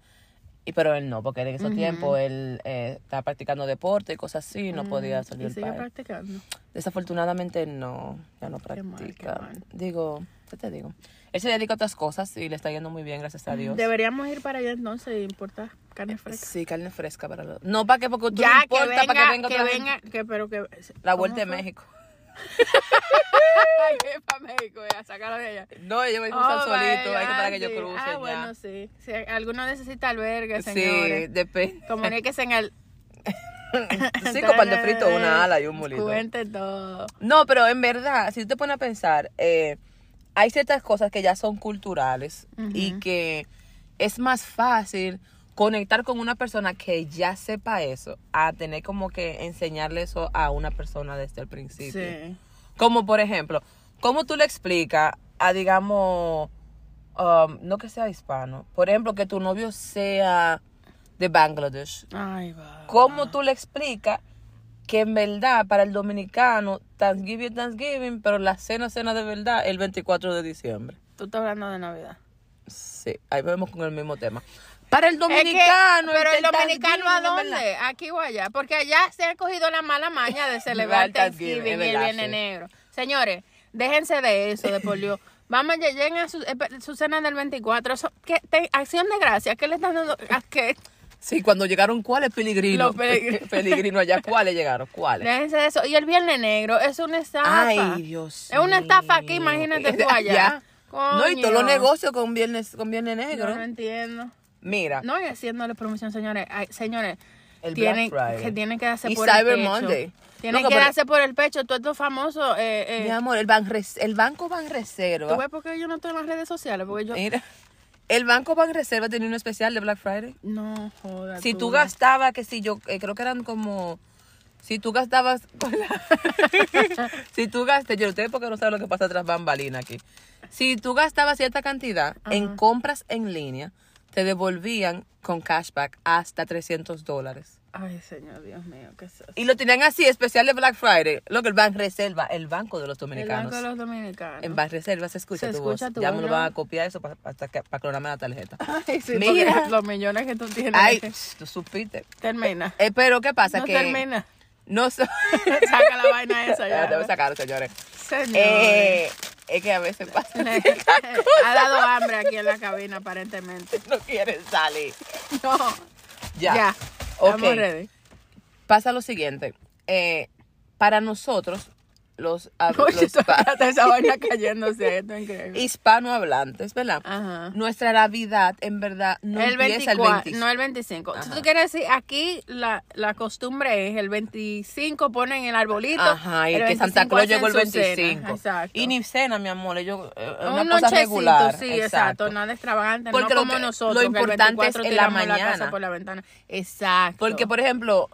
Speaker 2: Y pero él no, porque en ese tiempo él eh, estaba practicando deporte y cosas así, no podía
Speaker 1: y
Speaker 2: salir
Speaker 1: sigue
Speaker 2: para
Speaker 1: practicando.
Speaker 2: Desafortunadamente no, ya no
Speaker 1: Qué mal, qué
Speaker 2: practica.
Speaker 1: mal.
Speaker 2: Digo, ¿qué te digo? Él se dedica a otras cosas y le está yendo muy bien, gracias a Dios.
Speaker 1: Deberíamos ir para allá entonces e importar
Speaker 2: Este,
Speaker 1: carne fresca.
Speaker 2: Sí, carne fresca para los... No, ¿para qué? Porque tú no
Speaker 1: Ya, que
Speaker 2: importa,
Speaker 1: venga,
Speaker 2: para que venga
Speaker 1: que
Speaker 2: otra gente.
Speaker 1: venga, que, pero que...
Speaker 2: La
Speaker 1: ¿cómo
Speaker 2: vuelta de
Speaker 1: fue?
Speaker 2: México.
Speaker 1: Ay, que para México, ya, sacarla de allá.
Speaker 2: No, ellos me cruzan
Speaker 1: Oh,
Speaker 2: solito, hay que
Speaker 1: vaya,
Speaker 2: para que yo
Speaker 1: sí.
Speaker 2: cruce
Speaker 1: Ah,
Speaker 2: ya.
Speaker 1: bueno, sí. Si alguno necesita albergue,
Speaker 2: sí,
Speaker 1: señores.
Speaker 2: depende.
Speaker 1: Comuníquese en el...
Speaker 2: Cinco pan de frito, una ala y un mulito.
Speaker 1: Cuente todo.
Speaker 2: No, pero en verdad, si tú te pones a pensar, eh, hay ciertas cosas que ya son culturales y que es más fácil conectar con una persona que ya sepa eso a tener como que enseñarle eso a una persona desde el
Speaker 1: Sí.
Speaker 2: principio. Como por ejemplo, ¿cómo tú le explicas a, digamos, um, no que sea hispano, por ejemplo, que tu novio sea de Bangladesh?
Speaker 1: Ay, va.
Speaker 2: ¿Cómo tú le explicas que en verdad para el dominicano Thanksgiving es Thanksgiving, pero la cena cena de verdad el 24 de diciembre?
Speaker 1: Tú estás hablando de Navidad.
Speaker 2: Sí, ahí vemos con el mismo tema. Para el dominicano, este
Speaker 1: Es que- pero el
Speaker 2: Thanksgiving
Speaker 1: dominicano a
Speaker 2: es verdad.
Speaker 1: dónde? Aquí o allá. Porque allá se ha cogido la mala maña de
Speaker 2: Va
Speaker 1: celebrar
Speaker 2: el
Speaker 1: Thanksgiving,
Speaker 2: Thanksgiving,
Speaker 1: y el
Speaker 2: es verdad,
Speaker 1: Viernes
Speaker 2: sí.
Speaker 1: Negro. Señores, déjense de eso, de polio. Vamos, ya lleguen a su, eh, su cena del 24. Eso- ¿qué- te- acción de gracias. ¿Qué le están dando? ¿A qué?
Speaker 2: Sí, cuando llegaron, ¿cuáles peligrinos?
Speaker 1: Los peregrinos.
Speaker 2: peligrinos allá, ¿cuáles llegaron? ¿Cuáles?
Speaker 1: Déjense de eso. Y el Viernes Negro es una estafa.
Speaker 2: Ay, Dios.
Speaker 1: Es una estafa aquí,
Speaker 2: mío.
Speaker 1: imagínate tú allá.
Speaker 2: Ya. No, y todos los
Speaker 1: Coño.
Speaker 2: negocios con viernes, con viernes
Speaker 1: Yo
Speaker 2: negro.
Speaker 1: no entiendo.
Speaker 2: Mira.
Speaker 1: No, y haciéndole promoción, señores. Ay, señores,
Speaker 2: Ah. El Black
Speaker 1: tienen,
Speaker 2: Friday.
Speaker 1: que tienen que darse
Speaker 2: Y
Speaker 1: por el
Speaker 2: Cyber
Speaker 1: pecho.
Speaker 2: Monday.
Speaker 1: Tienen
Speaker 2: Loca,
Speaker 1: que
Speaker 2: pero-
Speaker 1: darse por el pecho. Todos estos famosos. Eh, eh,
Speaker 2: Mi amor, el, Banres- el Banco Banreserva.
Speaker 1: ¿Tú ves por qué yo no estoy en las redes sociales? Porque yo.
Speaker 2: Mira, el Banco Banreserva tenía un especial de Black Friday.
Speaker 1: No, joda.
Speaker 2: Si tú gastabas, que si yo, eh, creo que eran como... Si tú gastabas con la- si tú gastas, yo ustedes porque no saben lo que pasa tras bambalina aquí. Si tú gastabas cierta cantidad en compras en línea, te devolvían con cashback hasta 300 dólares.
Speaker 1: Ay, señor, Dios mío, qué es eso.
Speaker 2: Y lo tenían así, especial de Black Friday. Lo que el Bank Reserva, el banco de los
Speaker 1: El
Speaker 2: dominicanos.
Speaker 1: banco de los dominicanos.
Speaker 2: En Bank Reserva se escucha
Speaker 1: Se
Speaker 2: tu
Speaker 1: escucha
Speaker 2: voz.
Speaker 1: tu
Speaker 2: ya
Speaker 1: voz,
Speaker 2: me lo
Speaker 1: ¿no?
Speaker 2: van a copiar eso para, hasta que- para clonarme la tarjeta.
Speaker 1: Ay, sí,
Speaker 2: Mira.
Speaker 1: porque los millones que tú tienes. eh,
Speaker 2: Ay, tú supiste.
Speaker 1: Termina.
Speaker 2: Eh, pero ¿qué pasa?
Speaker 1: no
Speaker 2: que
Speaker 1: termina.
Speaker 2: no so-
Speaker 1: Saca la vaina esa ya.
Speaker 2: Ya, Debo sacarlo, señores.
Speaker 1: Señor.
Speaker 2: Eh, es que a veces pasa que
Speaker 1: ha dado hambre aquí en la cabina, aparentemente.
Speaker 2: no quieren salir.
Speaker 1: No.
Speaker 2: Ya.
Speaker 1: ya.
Speaker 2: Ok.
Speaker 1: Estamos ready.
Speaker 2: Pasa lo siguiente. Eh, para nosotros, los, hab-
Speaker 1: Oye,
Speaker 2: los
Speaker 1: todavía
Speaker 2: pa-
Speaker 1: está esa vaina cayéndose. Esto es increíble.
Speaker 2: hispanohablantes, ¿verdad?
Speaker 1: Ajá.
Speaker 2: Nuestra Navidad, en verdad, no
Speaker 1: el
Speaker 2: empieza
Speaker 1: 24,
Speaker 2: el 25.
Speaker 1: no el 25. Si
Speaker 2: Ajá.
Speaker 1: tú quieres decir, aquí la, la costumbre es el 25 ponen el arbolito.
Speaker 2: Ajá, y que Santa
Speaker 1: 25
Speaker 2: Claus llegó el
Speaker 1: hacen su cena.
Speaker 2: 25.
Speaker 1: Exacto.
Speaker 2: Y ni cena, mi amor, ellos, eh, una
Speaker 1: un
Speaker 2: cosa
Speaker 1: nochecito,
Speaker 2: regular.
Speaker 1: sí, exacto. nada extravagante,
Speaker 2: Porque
Speaker 1: no
Speaker 2: lo
Speaker 1: como
Speaker 2: que-
Speaker 1: nosotros.
Speaker 2: lo
Speaker 1: que el
Speaker 2: importante es
Speaker 1: 24
Speaker 2: en la
Speaker 1: tiramos La casa
Speaker 2: mañana.
Speaker 1: por la ventana. Exacto.
Speaker 2: Porque, por ejemplo,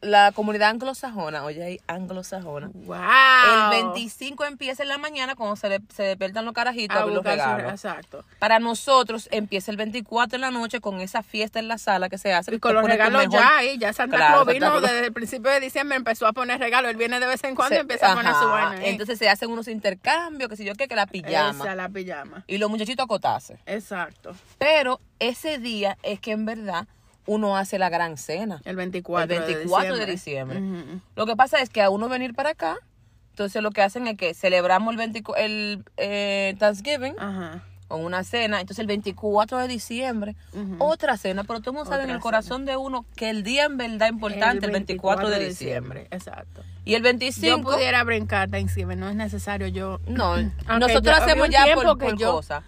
Speaker 2: la comunidad anglosajona, oye, ahí, anglosajona.
Speaker 1: wow. Ah.
Speaker 2: El 25 empieza en la mañana cuando se, le- se despiertan los carajitos a,
Speaker 1: a
Speaker 2: abrir los
Speaker 1: buscar su-
Speaker 2: regalos.
Speaker 1: Exacto.
Speaker 2: Para nosotros empieza el 24 en la noche con esa fiesta en la sala que se hace.
Speaker 1: Y con
Speaker 2: Te
Speaker 1: los
Speaker 2: pones tu
Speaker 1: regalos
Speaker 2: mejor-
Speaker 1: ya, y ya Santa
Speaker 2: Claro,
Speaker 1: Claus
Speaker 2: Santa
Speaker 1: vino
Speaker 2: Claus.
Speaker 1: desde el principio de diciembre, empezó a poner regalos. Él viene de vez en cuando y
Speaker 2: se-
Speaker 1: empieza a poner su
Speaker 2: ajá.
Speaker 1: vaina. ahí.
Speaker 2: Entonces se hacen unos intercambios, que si yo qué, que la pijama.
Speaker 1: Esa, la pijama.
Speaker 2: Y los muchachitos acotarse.
Speaker 1: Exacto.
Speaker 2: Pero ese día es que en verdad uno hace la gran cena.
Speaker 1: El 24,
Speaker 2: el 24 de diciembre. Lo que pasa es que a uno venir para acá, entonces lo que hacen es que celebramos el, 24 el eh, Thanksgiving
Speaker 1: Ujú. Ajá.
Speaker 2: con una cena, entonces el 24 de diciembre otra cena, pero todo el mundo sabe en
Speaker 1: Otra
Speaker 2: el corazón de uno que el día en verdad importante el 24, de diciembre.
Speaker 1: Exacto.
Speaker 2: Y el 25
Speaker 1: Yo pudiera brincar Thanksgiving, no es necesario yo.
Speaker 2: no,
Speaker 1: Aunque
Speaker 2: nosotros
Speaker 1: yo- había
Speaker 2: hacemos
Speaker 1: un
Speaker 2: ya
Speaker 1: tiempo
Speaker 2: por,
Speaker 1: que
Speaker 2: por
Speaker 1: yo-
Speaker 2: cosa.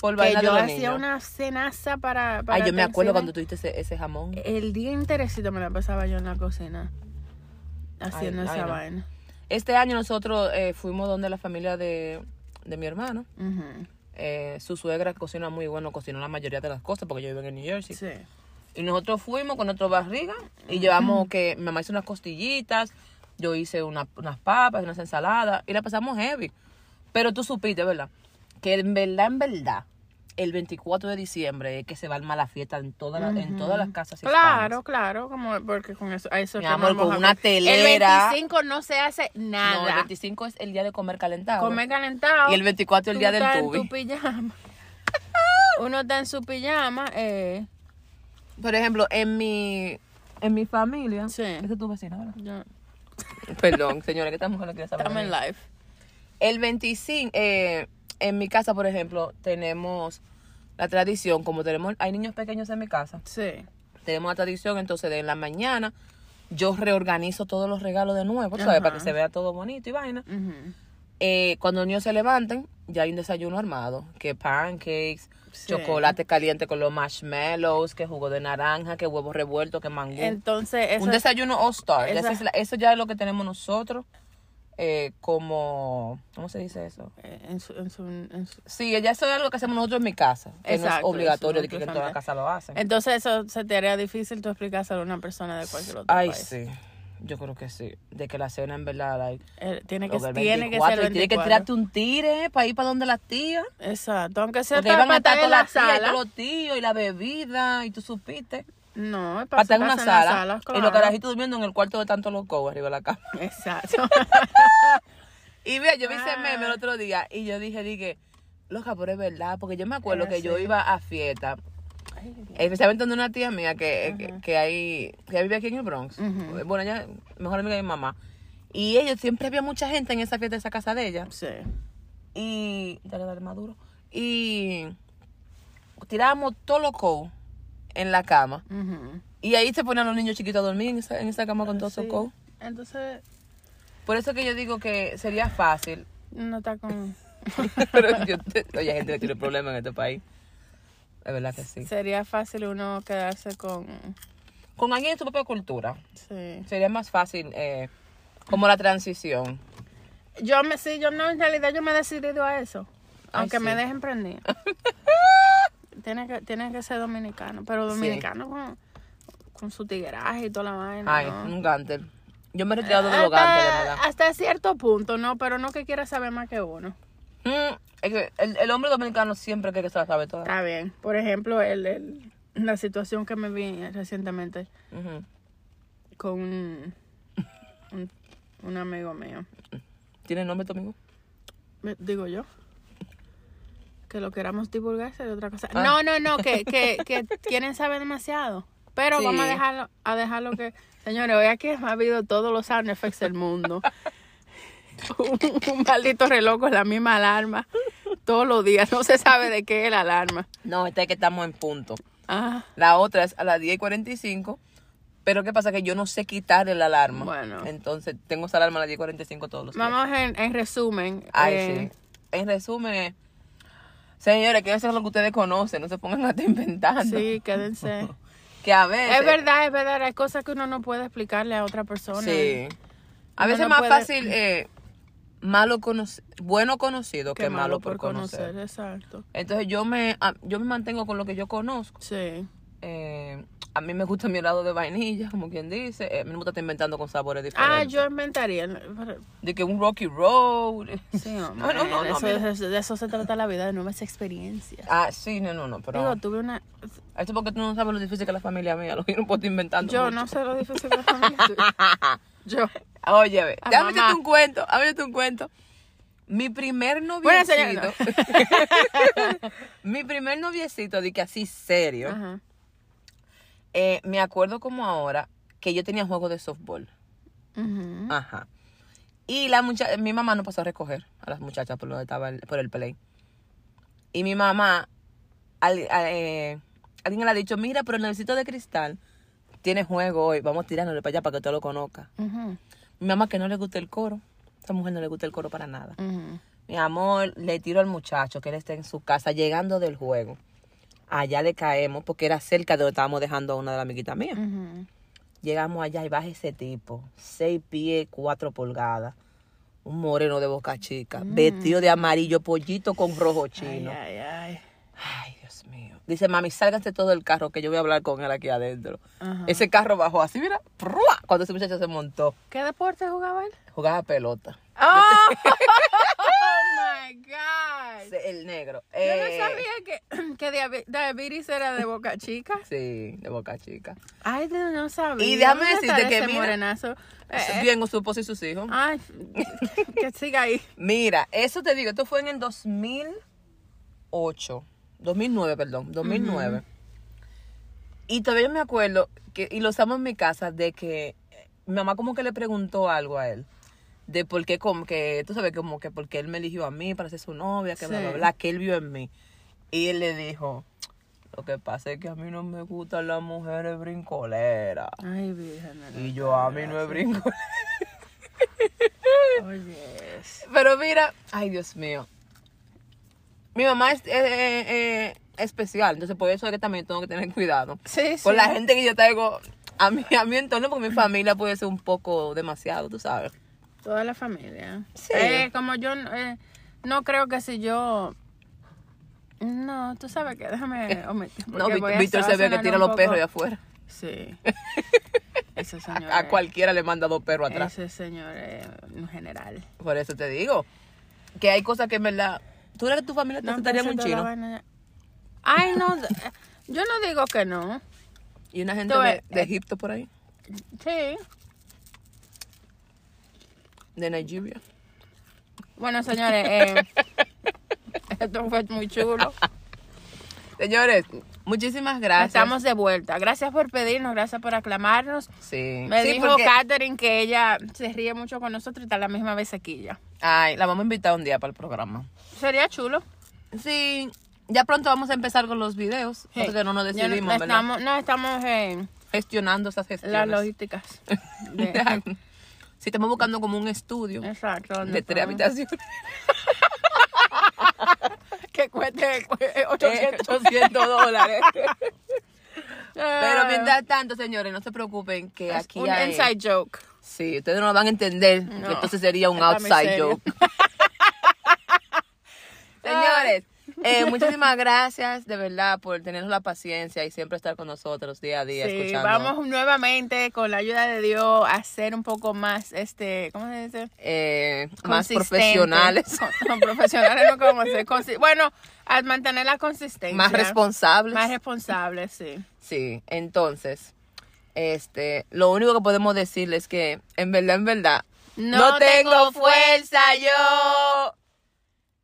Speaker 2: Por
Speaker 1: Que
Speaker 2: vaina de
Speaker 1: yo
Speaker 2: los
Speaker 1: hacía
Speaker 2: niños.
Speaker 1: una cenaza para, para
Speaker 2: Ay, yo me acuerdo cuando
Speaker 1: Thanksgiving.
Speaker 2: tuviste ese, ese jamón.
Speaker 1: El día interesito me la pasaba yo en la cocina haciendo
Speaker 2: Ay, ay,
Speaker 1: esa
Speaker 2: no.
Speaker 1: vaina.
Speaker 2: Este año nosotros eh, fuimos donde la familia de, de mi hermano.
Speaker 1: Ujú.
Speaker 2: Eh, su suegra cocina muy bueno, cocinó la mayoría de las cosas porque yo vivo en New Jersey.
Speaker 1: Sí.
Speaker 2: Y nosotros fuimos con nuestro barriga y llevamos que mi mamá hizo unas costillitas, yo hice una- unas papas, unas ensaladas y la pasamos heavy. Pero tú supiste, ¿verdad? Que en verdad, en verdad, el 24 de diciembre es que se va a armar la fiesta en, toda la- en todas las casas.
Speaker 1: Claro, claro, como porque con eso, a eso es
Speaker 2: Mi
Speaker 1: que
Speaker 2: amor,
Speaker 1: vamos
Speaker 2: con
Speaker 1: a-
Speaker 2: una telera.
Speaker 1: El 25 no se hace
Speaker 2: hispanas. No, el
Speaker 1: nada.
Speaker 2: 25 es el día de comer calentado.
Speaker 1: Come calentado.
Speaker 2: y el 24 el
Speaker 1: Tú
Speaker 2: día del
Speaker 1: estás en
Speaker 2: tubi.
Speaker 1: tu pijama. Uno está en su pijama, eh.
Speaker 2: Por ejemplo, en mi, en mi familia.
Speaker 1: Sí.
Speaker 2: Esa es tu vecina, ¿verdad?
Speaker 1: ya,
Speaker 2: Perdón, señora, que esta mujer no quiere saber. de
Speaker 1: Estamos en
Speaker 2: mí.
Speaker 1: live.
Speaker 2: El 25, eh, en mi casa, por ejemplo, tenemos la tradición, como tenemos, hay niños pequeños en mi casa,
Speaker 1: Sí.
Speaker 2: tenemos la tradición, entonces de en la mañana yo reorganizo todos los regalos de nuevo, ¿sabes?
Speaker 1: Ajá.
Speaker 2: Para que se vea todo bonito y vaina.
Speaker 1: Ujú.
Speaker 2: Eh, cuando los niños se levanten, ya hay un desayuno armado, que pancakes,
Speaker 1: Sí.
Speaker 2: chocolate caliente con los marshmallows, que jugo de naranja, que huevos revueltos, que mangú.
Speaker 1: Entonces, eso
Speaker 2: un desayuno all star.
Speaker 1: esa-
Speaker 2: Esa es la- eso ya es lo que tenemos nosotros eh, como... ¿Cómo se dice eso?
Speaker 1: eh, en su- en su- en su-
Speaker 2: Sí, ya eso es algo que hacemos nosotros en mi casa. Que no es
Speaker 1: Exacto, eso
Speaker 2: obligatorio de
Speaker 1: es
Speaker 2: que, en
Speaker 1: nuestra
Speaker 2: toda
Speaker 1: familia.
Speaker 2: casa lo hacen.
Speaker 1: Entonces, eso se te haría difícil tú explicárselo a una persona de cualquier otro
Speaker 2: Ay,
Speaker 1: país.
Speaker 2: sí. Yo creo que sí. De que la cena en verdad... like,
Speaker 1: Eh, tiene que,
Speaker 2: lo del
Speaker 1: tiene que
Speaker 2: 24,
Speaker 1: ser el
Speaker 2: y Tiene que
Speaker 1: 24.
Speaker 2: tirarte un tire para ir para donde las tías.
Speaker 1: Exacto, aunque sea
Speaker 2: Porque
Speaker 1: para
Speaker 2: iban a estar
Speaker 1: estar en
Speaker 2: todas
Speaker 1: la
Speaker 2: las tías y
Speaker 1: sala.
Speaker 2: todos los tíos y la bebida y tú supiste.
Speaker 1: No, es
Speaker 2: Para
Speaker 1: para
Speaker 2: estar en una
Speaker 1: sentarse
Speaker 2: sala.
Speaker 1: la sala
Speaker 2: Y los
Speaker 1: claro.
Speaker 2: carajitos durmiendo en el cuarto de tanto loco arriba de la cama.
Speaker 1: Exacto.
Speaker 2: Y mira, yo vi ese meme el
Speaker 1: Ah.
Speaker 2: otro día y yo dije, dije, loca, pero es verdad, porque yo me acuerdo
Speaker 1: Era
Speaker 2: que yo
Speaker 1: así.
Speaker 2: iba a fiesta, especialmente donde una tía mía que, que, que hay, que ella vive aquí en el Bronx,
Speaker 1: Ujú.
Speaker 2: bueno, ella es mejor amiga de mi mamá, y ellos siempre había mucha gente en esa fiesta, de esa casa de ella,
Speaker 1: sí.
Speaker 2: y, dale, dale, maduro, y tirábamos todo loco en la cama,
Speaker 1: Ujú.
Speaker 2: y ahí se ponían los niños chiquitos a dormir en esa, en esa cama con todo
Speaker 1: Sí.
Speaker 2: soco.
Speaker 1: Entonces,
Speaker 2: Por eso que yo digo que sería fácil
Speaker 1: no está con...
Speaker 2: Pero yo te- oye, hay gente que tiene problemas en este país. Es verdad que sí.
Speaker 1: Sería fácil uno quedarse con...
Speaker 2: Con alguien de su propia cultura
Speaker 1: Sí.
Speaker 2: sería más fácil eh, como la transición.
Speaker 1: Yo me, sí, yo no, en realidad yo me he decidido a eso.
Speaker 2: Ay,
Speaker 1: Aunque me
Speaker 2: sí.
Speaker 1: dejen prendida. tiene, que, tiene que ser dominicano. Pero
Speaker 2: Sí.
Speaker 1: dominicano con, con su tigueraje y toda la vaina.
Speaker 2: Ay,
Speaker 1: ¿no?
Speaker 2: un gantel. Yo me he retirado de
Speaker 1: Ah,
Speaker 2: los gantes, de
Speaker 1: hasta,
Speaker 2: verdad.
Speaker 1: hasta cierto punto, ¿no? Pero no que quiera saber más que uno.
Speaker 2: Mm, es que el, el hombre dominicano siempre quiere que se la sabe toda.
Speaker 1: Está bien. Por ejemplo, el, el, la situación que me vi recientemente
Speaker 2: Ujú.
Speaker 1: con un, un- un amigo mío.
Speaker 2: ¿Tiene nombre tu amigo?
Speaker 1: Me- Digo yo. Que lo queramos divulgar sería otra cosa.
Speaker 2: Ah.
Speaker 1: No, no, no, que, que, que quieren saber demasiado. Pero
Speaker 2: Sí.
Speaker 1: vamos a dejarlo, a dejarlo que. Señores, hoy aquí ha habido todos los sound effects del mundo. un, un maldito reloj con la misma alarma. Todos los días. No se sabe de qué es la alarma.
Speaker 2: No, esta es que estamos en punto.
Speaker 1: Ah,
Speaker 2: La otra es a las 10 y 45. Pero ¿qué pasa? Que yo no sé quitarle la alarma.
Speaker 1: Bueno.
Speaker 2: Entonces, tengo esa alarma a las 10 y 45 todos los días.
Speaker 1: vamos en, en resumen.
Speaker 2: Ay,
Speaker 1: eh,
Speaker 2: sí. En resumen, eh, señores, que eso es lo que ustedes conocen. No se pongan a estar inventando.
Speaker 1: sí, quédense.
Speaker 2: Que a veces...
Speaker 1: Es verdad, es verdad. Hay cosas que uno no puede explicarle a otra persona.
Speaker 2: Sí. A
Speaker 1: Uno
Speaker 2: veces
Speaker 1: no
Speaker 2: es más
Speaker 1: puede- mm.
Speaker 2: fácil eh, malo conoc- bueno conocido
Speaker 1: Qué
Speaker 2: que malo, por, conocer.
Speaker 1: Exacto.
Speaker 2: Entonces yo me a- yo me mantengo con lo que yo conozco.
Speaker 1: Sí.
Speaker 2: Eh, a mí me gusta mi helado de vainilla, como quien dice. Eh, a mí no me gusta estar inventando con sabores
Speaker 1: Ah,
Speaker 2: diferentes.
Speaker 1: yo inventaría. pero-
Speaker 2: De que un Rocky Road.
Speaker 1: Sí, hombre,
Speaker 2: no, no, no,
Speaker 1: eso-
Speaker 2: mira.
Speaker 1: eso- de eso se trata la vida, de nuevas experiencias.
Speaker 2: Ah, sí, no, no, no. Pero
Speaker 1: Digo, tuve una.
Speaker 2: esto es porque tú no sabes lo difícil que es la familia mía. Lo que yo no puedo estar inventando.
Speaker 1: Yo
Speaker 2: mucho.
Speaker 1: no sé lo difícil que es la familia tuya. Yo.
Speaker 2: Oye, ve,
Speaker 1: Ah,
Speaker 2: déjame
Speaker 1: mamá.
Speaker 2: echarte un cuento, déjame echarte un cuento. Mi primer
Speaker 1: Bueno, señora,
Speaker 2: noviecito. mi primer noviecito, de que así serio.
Speaker 1: Ajá.
Speaker 2: eh, me acuerdo como ahora que yo tenía juego de softball.
Speaker 1: Ujú.
Speaker 2: Ajá. Y la mucha mi mamá no pasó a recoger a las muchachas por donde estaba el, por el play. Y mi mamá, al- a- eh, alguien le ha dicho, mira, pero el noviecito de cristal tiene juego hoy, vamos tirándole para allá para que todo lo conozca.
Speaker 1: Ujú.
Speaker 2: Mi mamá que no le gusta el coro. Esta mujer no le gusta el coro para nada.
Speaker 1: Ujú.
Speaker 2: Mi amor, le tiro al muchacho que él está en su casa llegando del juego. Allá le caemos porque era cerca de donde estábamos dejando a una de las amiguitas mías.
Speaker 1: Ujú.
Speaker 2: Llegamos allá y baja ese tipo. Seis pies, cuatro pulgadas. Un moreno de boca chica. Vestido de amarillo, pollito con rojo
Speaker 1: Mm. Ay,
Speaker 2: chino. Ay,
Speaker 1: ay, ay.
Speaker 2: Dios mío. Dice, mami, sálganse todo el carro que yo voy a hablar con él aquí adentro.
Speaker 1: Ajá.
Speaker 2: Ese carro bajó así, mira. ¡prua! Cuando ese muchacho se montó,
Speaker 1: ¿Qué deporte jugaba él?
Speaker 2: jugaba pelota.
Speaker 1: ¡Oh! oh my God.
Speaker 2: Se- El negro.
Speaker 1: Yo no
Speaker 2: Eh,
Speaker 1: sabía que, que diabe- diabetes era de boca chica.
Speaker 2: Sí, de boca chica.
Speaker 1: Ay, no no sabía.
Speaker 2: Y déjame
Speaker 1: ¿Dónde está
Speaker 2: decirte que
Speaker 1: ese
Speaker 2: mira-
Speaker 1: morenazo. Eh, eh, Ah.
Speaker 2: Bien, con su esposo y sus hijos.
Speaker 1: Ay, que siga ahí.
Speaker 2: Mira, eso te digo, esto fue en el 2008. 2009, perdón. 2009. Y todavía yo me acuerdo, que, y lo estamos en mi casa, de que eh, mi mamá como que le preguntó algo a él. De por qué, como que, tú sabes, como que porque él me eligió a mí para ser su novia, que bla,
Speaker 1: Sí.
Speaker 2: bla, bla, que él vio en mí. Y él le dijo, lo que pasa es que a mí no me gustan las mujeres brincoleras.
Speaker 1: Ay, virgen.
Speaker 2: Y yo a mí no es brinco.
Speaker 1: Oh, Oye. eso.
Speaker 2: Pero mira, ay Dios mío. Mi mamá es eh, eh, eh, especial, entonces por eso es que también tengo que tener cuidado.
Speaker 1: Sí, sí.
Speaker 2: Con la gente que yo traigo a mi, a mi entorno, porque mi familia puede ser un poco demasiado, tú sabes.
Speaker 1: Toda la familia.
Speaker 2: Sí.
Speaker 1: Eh, como yo eh, no creo que si yo. No, tú sabes que déjame omitir.
Speaker 2: No,
Speaker 1: porque voy
Speaker 2: Víctor
Speaker 1: a-
Speaker 2: Víctor
Speaker 1: va a
Speaker 2: se ve que
Speaker 1: sonar
Speaker 2: tira
Speaker 1: un
Speaker 2: los
Speaker 1: poco-
Speaker 2: perros allá afuera.
Speaker 1: Sí. Ese señor.
Speaker 2: A, a
Speaker 1: es-
Speaker 2: cualquiera le manda dos perros atrás.
Speaker 1: Ese señor es un general.
Speaker 2: Por eso te digo que hay cosas que en verdad. ¿Tú crees que tu familia te sentaría en
Speaker 1: empecé
Speaker 2: un
Speaker 1: toda la
Speaker 2: chino?
Speaker 1: vaina ya. Ay, no. d- eh, Yo no digo que no.
Speaker 2: Y una gente
Speaker 1: Tú
Speaker 2: de,
Speaker 1: ves,
Speaker 2: de
Speaker 1: eh,
Speaker 2: Egipto por ahí,
Speaker 1: Sí.
Speaker 2: de Nigeria.
Speaker 1: Bueno, señores, eh, esto fue muy chulo.
Speaker 2: Señores, muchísimas gracias.
Speaker 1: Estamos de vuelta. Gracias por pedirnos, gracias por aclamarnos.
Speaker 2: Sí.
Speaker 1: Me
Speaker 2: Sí,
Speaker 1: dijo
Speaker 2: porque-
Speaker 1: Katherine que ella se ríe mucho con nosotros y está a la misma vez sequilla.
Speaker 2: Ay, la vamos a invitar un día para el programa.
Speaker 1: Sería chulo.
Speaker 2: Sí, ya pronto vamos a empezar con los videos. Porque no nos
Speaker 1: Ya no-
Speaker 2: decidimos, ¿verdad?
Speaker 1: estamos, no, estamos en
Speaker 2: Gestionando
Speaker 1: las
Speaker 2: esas gestiones.
Speaker 1: logísticas. de-
Speaker 2: Si estamos buscando como un estudio
Speaker 1: exacto. donde
Speaker 2: de tres
Speaker 1: podemos-
Speaker 2: habitaciones,
Speaker 1: Que cueste eh, 800.
Speaker 2: 800 dólares. Pero
Speaker 1: Ah,
Speaker 2: mientras tanto, señores, no se preocupen que
Speaker 1: es
Speaker 2: Ah, aquí
Speaker 1: un
Speaker 2: hay...
Speaker 1: inside joke.
Speaker 2: Sí, ustedes no lo van a entender. porque
Speaker 1: No,
Speaker 2: entonces sería un
Speaker 1: esta
Speaker 2: outside
Speaker 1: miseria.
Speaker 2: joke. señores, Eh, muchísimas gracias, de verdad, por tenernos la paciencia y siempre estar con nosotros día a día
Speaker 1: Sí,
Speaker 2: escuchando.
Speaker 1: vamos nuevamente con la ayuda de Dios a ser un poco más, este, ¿cómo se dice?
Speaker 2: eh, más
Speaker 1: Consistente.
Speaker 2: profesionales,
Speaker 1: Con, con profesionales no como ser consi- Bueno, al mantener la consistencia.
Speaker 2: más responsables.
Speaker 1: Más responsables, sí.
Speaker 2: sí, entonces, este, lo único que podemos decirles es que en verdad, en verdad,
Speaker 1: No tengo fuerza yo.